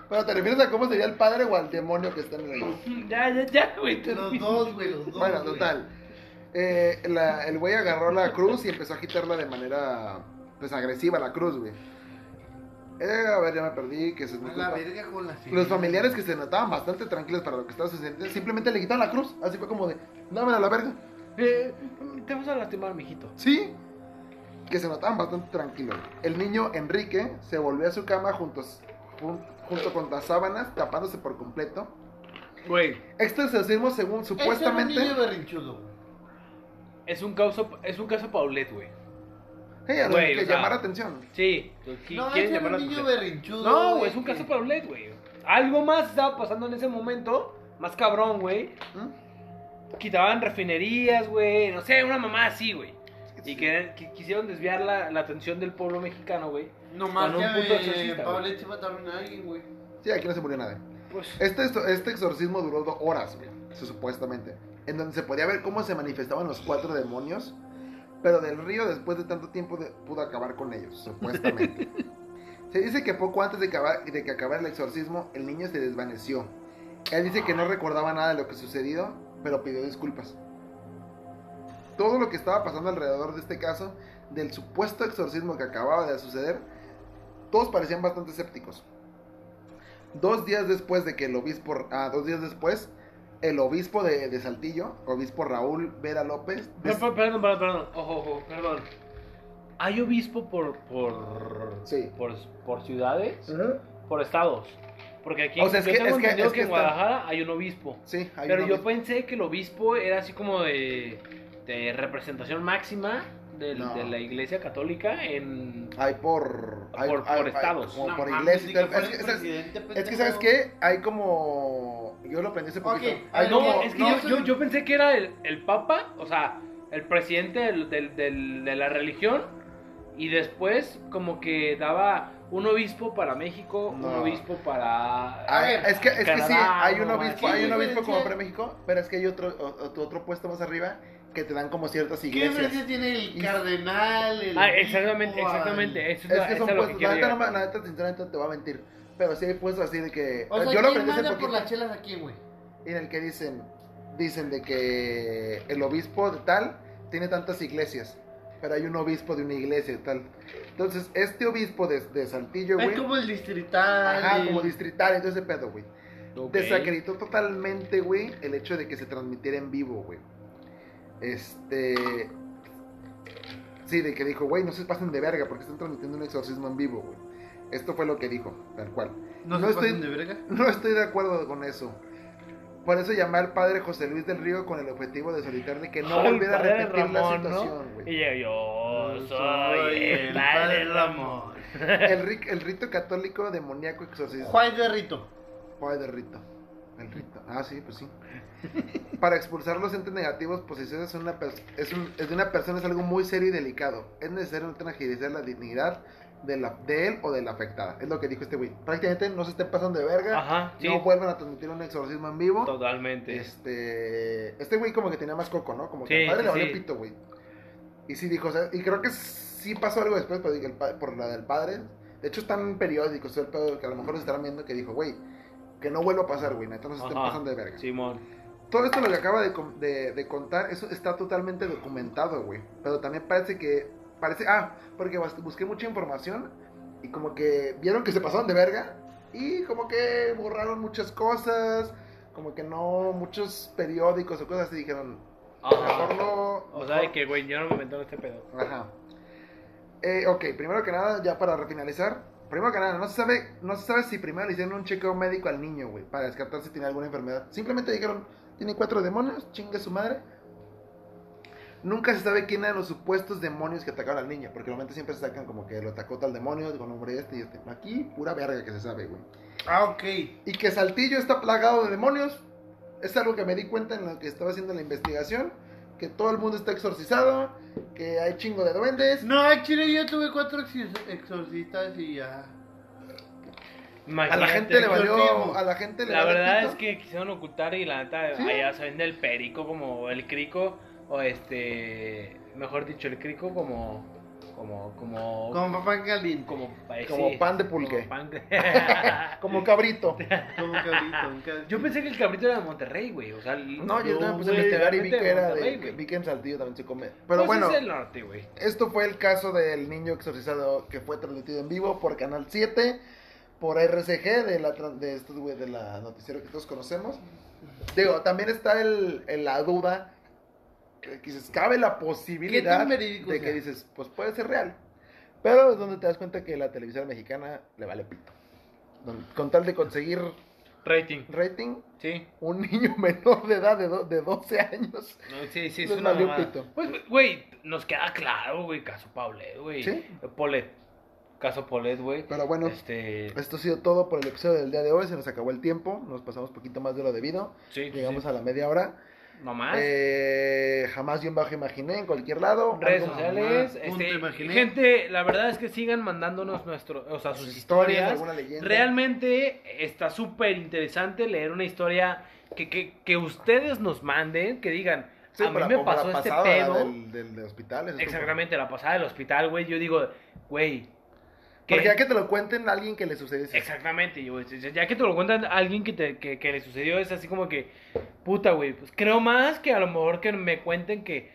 Speaker 2: Pero te refieres a cómo sería el padre o al demonio que está en el río.
Speaker 3: Ya, ya, ya, güey.
Speaker 1: Los dos, güey, los dos.
Speaker 2: Bueno,
Speaker 1: güey.
Speaker 2: total. Eh, la- el güey agarró la cruz y empezó a agitarla de manera pues agresiva la cruz, güey. Eh, a ver, ya me perdí, que se
Speaker 1: A la verga con la
Speaker 2: Los familiares que se notaban bastante tranquilos para lo que estaba sucediendo, simplemente le quitaron la cruz. Así fue como de, dámela a la verga.
Speaker 3: Eh, te vas a lastimar, mijito.
Speaker 2: Sí. Que se notaban bastante tranquilos. El niño Enrique se volvió a su cama juntos, jun- junto con las sábanas, tapándose por completo.
Speaker 3: Güey.
Speaker 2: Este exorcismo, según supuestamente...
Speaker 1: Ese era un niño berrinchudo, güey.
Speaker 3: Es un caso, es un caso Paulette, güey.
Speaker 2: Hey, a lo
Speaker 3: Güey,
Speaker 2: que
Speaker 3: o sea,
Speaker 2: llamar atención.
Speaker 3: Sí.
Speaker 1: No, ese era
Speaker 3: llamar la
Speaker 1: un niño
Speaker 3: atención?
Speaker 1: berrinchudo,
Speaker 3: No, güey, es un
Speaker 1: que-
Speaker 3: caso Paulette, güey. Algo más estaba pasando en ese momento, más cabrón, güey.
Speaker 2: ¿Mm?
Speaker 3: Quitaban refinerías, güey, no sé, una mamá así, güey. Y
Speaker 2: Sí.
Speaker 3: que, que quisieron desviar la, la atención del pueblo mexicano, güey.
Speaker 1: No más
Speaker 3: Con un
Speaker 1: que
Speaker 3: puto
Speaker 1: eh,
Speaker 3: exorcista,
Speaker 1: Pablo
Speaker 3: güey.
Speaker 1: Eche mataron a alguien, güey.
Speaker 2: Sí, aquí no se murió nadie.
Speaker 3: Pues,
Speaker 2: Este, esto- este exorcismo duró dos horas, güey, su- supuestamente. en donde se podía ver cómo se manifestaban los cuatro demonios, pero del río después de tanto tiempo de- pudo acabar con ellos, supuestamente. se dice que poco antes de, acabar- de que acabara el exorcismo, el niño se desvaneció. Él dice que no recordaba nada de lo que sucedido, pero pidió disculpas. Todo lo que estaba pasando alrededor de este caso, del supuesto exorcismo que acababa de suceder, todos parecían bastante escépticos. Dos días después de que el obispo, ah, dos días después, el obispo de, de Saltillo, obispo Raúl Vera López,
Speaker 3: No,
Speaker 2: des-
Speaker 3: per- perdón, perdón, perdón. Ojo, ojo, perdón. ¿Hay obispo por por,
Speaker 2: Sí.
Speaker 3: por, por ciudades?
Speaker 1: ¿eh?
Speaker 2: Ujú.
Speaker 3: Por estados. Porque aquí
Speaker 2: O sea, es
Speaker 3: yo
Speaker 2: que-
Speaker 3: tengo
Speaker 2: es que-
Speaker 3: entendido
Speaker 2: es
Speaker 3: que,
Speaker 2: que
Speaker 3: en
Speaker 2: está-
Speaker 3: Guadalajara hay un obispo.
Speaker 2: Sí, hay
Speaker 3: pero
Speaker 2: un
Speaker 3: yo
Speaker 2: obispo.
Speaker 3: pensé que el obispo era así como de, de representación máxima del-
Speaker 2: No. Ah,
Speaker 3: de la iglesia católica en...
Speaker 2: Hay por... hay-
Speaker 3: Por-
Speaker 2: hay-
Speaker 3: por
Speaker 2: hay
Speaker 3: estados.
Speaker 2: como
Speaker 1: No
Speaker 2: por
Speaker 1: mames,
Speaker 2: iglesia y
Speaker 1: ni
Speaker 2: tal.
Speaker 1: que fuera
Speaker 2: Es que-
Speaker 1: el
Speaker 2: es-
Speaker 1: presidente,
Speaker 2: Es que,
Speaker 1: pendejo.
Speaker 2: ¿sabes qué? Hay como... Yo lo aprendí hace poquito.
Speaker 1: Ok,
Speaker 2: Hay
Speaker 1: a
Speaker 3: No,
Speaker 1: ver,
Speaker 2: como...
Speaker 3: es que
Speaker 1: no,
Speaker 3: yo,
Speaker 1: eso
Speaker 3: yo-
Speaker 1: no-
Speaker 3: yo pensé que era el, el papa, o sea, el presidente del- del- del- de la religión y después como que daba un obispo para México, un
Speaker 2: No.
Speaker 3: obispo para...
Speaker 1: A ver,
Speaker 2: Ah, es que, es que sí,
Speaker 3: Canadá,
Speaker 2: hay un
Speaker 3: no,
Speaker 2: obispo,
Speaker 1: aquí,
Speaker 2: hay un
Speaker 1: güey,
Speaker 2: obispo
Speaker 1: sí.
Speaker 2: como para México, pero es que hay otro, o- o- otro puesto más arriba que te dan como ciertas
Speaker 1: ¿Qué diferencia
Speaker 2: iglesias.
Speaker 1: tiene el
Speaker 2: Y-
Speaker 1: cardenal? El
Speaker 3: Ah, exactamente,
Speaker 1: obispo, al-
Speaker 3: exactamente. Eso es,
Speaker 2: Es
Speaker 3: la-
Speaker 2: que
Speaker 3: eso
Speaker 2: son
Speaker 3: es lo que
Speaker 2: puestos, la
Speaker 3: quiero
Speaker 2: neta, no,
Speaker 3: llegar.
Speaker 2: me- la neta, sinceramente te voy a mentir, pero sí hay puestos así de que...
Speaker 1: O sea,
Speaker 2: yo lo
Speaker 1: ¿quién
Speaker 2: aprendí hace
Speaker 1: manda por
Speaker 2: poquito.
Speaker 1: las chelas aquí, güey?
Speaker 2: en el que dicen, dicen de que el obispo de tal tiene tantas iglesias, pero hay un obispo de una iglesia de tal. Entonces, este obispo de, de Saltillo, güey,
Speaker 1: Es como el distrital.
Speaker 2: ajá,
Speaker 1: el-
Speaker 2: como distrital, entonces pedo, güey.
Speaker 3: Ok.
Speaker 2: Desacreditó totalmente, güey, el hecho de que se transmitiera en vivo, güey. Este. Sí, de que dijo, güey, no se pasen de verga porque están transmitiendo un exorcismo en vivo, güey. Esto fue lo que dijo, tal cual.
Speaker 1: No,
Speaker 2: no
Speaker 1: se
Speaker 2: estoy-
Speaker 1: pasen de verga.
Speaker 2: No estoy de acuerdo con eso. Por eso llamé al padre José Luis del Río con el objetivo de solicitarle que no
Speaker 3: Ay,
Speaker 2: volviera a
Speaker 3: padre
Speaker 2: repetir
Speaker 3: Ramón,
Speaker 2: la
Speaker 3: ¿no?
Speaker 2: situación, güey.
Speaker 3: Y yo, yo soy el padre Ramón.
Speaker 2: El, ri- el rito católico demoníaco exorcista.
Speaker 1: Juan de Rito.
Speaker 2: Padre del rito. El rito. Ah, sí, pues sí. Para expulsar los entes negativos, pues, posesiones es una pers- es un- es de una persona es algo muy serio y delicado. Es necesario tranquilizar la dignidad de, la, de él o de la afectada. Es lo que dijo este güey. Prácticamente no se estén pasando de verga.
Speaker 3: Ajá, sí,
Speaker 2: No vuelvan a transmitir un exorcismo en vivo.
Speaker 3: totalmente.
Speaker 2: Este, este güey como que tenía más coco, ¿no? Como que
Speaker 3: Sí,
Speaker 2: al padre
Speaker 3: sí,
Speaker 2: le valió
Speaker 3: sí.
Speaker 2: pito, güey. Y sí dijo, o sea, y creo que sí pasó algo después pero digo, el pa- por la del padre. De hecho, están en periódicos, todo el pedo que a lo mejor estarán viendo que dijo, güey, que no vuelva a pasar, güey, neta, no se estén
Speaker 3: Ajá.
Speaker 2: pasando de verga.
Speaker 3: Simón.
Speaker 2: Todo esto lo que acaba de, com- de- de contar, eso está totalmente documentado, güey. Pero también parece que, parece, ah, porque bas- busqué mucha información y como que vieron que se pasaron de verga y como que borraron muchas cosas, como que no, muchos periódicos o cosas así dijeron, mejor
Speaker 3: Ajá.
Speaker 2: no...
Speaker 3: O
Speaker 2: mejor-
Speaker 3: sea, de que, güey, yo no me meto en este pedo.
Speaker 2: Ajá. Eh, ok, primero que nada, ya para finalizar, primero que nada, no se sabe, no se sabe si primero le hicieron un chequeo médico al niño, güey, para descartar si tiene alguna enfermedad. Simplemente dijeron, tiene cuatro demonios, chingue su madre. Nunca se sabe quién eran los supuestos demonios que atacaron al niño, porque normalmente siempre se sacan como que lo atacó tal demonio, con nombre este y este. Aquí, pura verga que se sabe, güey.
Speaker 1: Ah, ok.
Speaker 2: Y que Saltillo está plagado de demonios. Es algo que me di cuenta en lo que estaba haciendo la investigación. Que todo el mundo está exorcizado. Que hay chingo de duendes.
Speaker 1: No, al chile yo tuve cuatro exor- exorcistas y ya.
Speaker 2: A la
Speaker 3: Imagínate,
Speaker 2: gente le valió.
Speaker 1: exorcismo.
Speaker 2: A la gente le
Speaker 3: La
Speaker 2: valió
Speaker 3: verdad
Speaker 2: pito.
Speaker 3: es que quisieron ocultar y la neta,
Speaker 2: Sí.
Speaker 3: allá se vende el perico como el crico, o este, mejor dicho, el crico como, como, como,
Speaker 1: Con papá caliente.
Speaker 3: como, eh,
Speaker 2: Como
Speaker 3: sí,
Speaker 2: pan de pulque.
Speaker 3: como pan de- *laughs*
Speaker 2: Como cabrito.
Speaker 1: Como cabrito, un cabrito.
Speaker 3: yo pensé que el cabrito era de Monterrey, güey, o sea,
Speaker 2: No, yo también puse a
Speaker 3: güey,
Speaker 2: investigar y vi
Speaker 3: realmente
Speaker 2: que era
Speaker 3: Monterrey,
Speaker 2: de.
Speaker 3: güey.
Speaker 2: Vi que en Saltillo también se come. Pero
Speaker 3: Pues
Speaker 2: bueno,
Speaker 3: es el norte, güey.
Speaker 2: esto fue el caso del niño exorcizado que fue transmitido en vivo por Canal 7. Por RCG de la, tran- de estos, güey, de la noticiero que todos conocemos. Digo, también está el, el- la duda. Que que dices, cabe la
Speaker 1: ¿Qué
Speaker 2: posibilidad
Speaker 1: tan verídico
Speaker 2: de que
Speaker 1: sea?
Speaker 2: dices, pues puede ser real. Pero es donde te das cuenta que la televisión mexicana le vale pito. Don- Con tal de conseguir
Speaker 3: Rating,
Speaker 2: rating,
Speaker 3: sí.
Speaker 2: un *laughs* niño menor de edad de, do- de 12 años.
Speaker 3: No, sí, sí, es
Speaker 2: Les
Speaker 3: una
Speaker 2: valió
Speaker 3: mamada.
Speaker 2: pito.
Speaker 3: Pues, güey, nos queda claro, güey, caso Paulet, güey.
Speaker 2: ¿Sí?
Speaker 3: Polet. Caso Polet, güey.
Speaker 2: Pero bueno,
Speaker 3: Este.
Speaker 2: esto ha sido todo por el episodio del día de hoy. Se nos acabó el tiempo. Nos pasamos poquito más de lo debido.
Speaker 3: Sí, sí,
Speaker 2: Llegamos
Speaker 3: sí.
Speaker 2: a la media hora.
Speaker 3: No más.
Speaker 2: Eh, jamás yo bajo imaginé en cualquier lado.
Speaker 3: redes
Speaker 2: Algo-
Speaker 3: sociales.
Speaker 1: mamá, punto,
Speaker 3: Este,
Speaker 1: imaginé.
Speaker 3: gente, la verdad es que sigan mandándonos nuestro, o sea, sus historias.
Speaker 2: alguna leyenda.
Speaker 3: Realmente está súper interesante leer una historia que, que, que ustedes nos manden, que digan,
Speaker 2: Sí,
Speaker 3: a mí
Speaker 2: pero
Speaker 3: me
Speaker 2: como la
Speaker 3: pasó este
Speaker 2: pasada
Speaker 3: pedo.
Speaker 2: Del, del, del hospital. ese es otro
Speaker 3: Exactamente, la pasada del hospital, güey, yo digo, güey,
Speaker 2: pedo.
Speaker 3: que-
Speaker 2: Porque ya que te lo cuenten a alguien que le sucedió. dices,
Speaker 3: Exactamente, yo, ya que te lo cuentan a alguien que, te, que, que le sucedió, es así como que, puta, güey, pues creo más que a lo mejor que me cuenten que,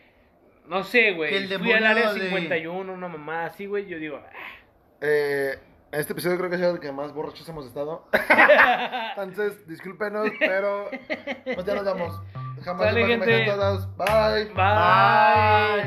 Speaker 3: no sé,
Speaker 1: Que
Speaker 3: güey,
Speaker 1: el
Speaker 3: fui al
Speaker 1: demonio
Speaker 3: área
Speaker 1: de-
Speaker 3: 51, una mamá así, güey, yo digo, ah,
Speaker 2: Eh, este episodio creo que es el que más borrachos hemos estado.
Speaker 3: *laughs*
Speaker 2: Entonces, discúlpenos, pero pues ya nos vamos. Jamás
Speaker 3: Sale,
Speaker 2: se imaginen
Speaker 3: gente.
Speaker 2: todas. Bye.
Speaker 3: bye.
Speaker 1: Bye.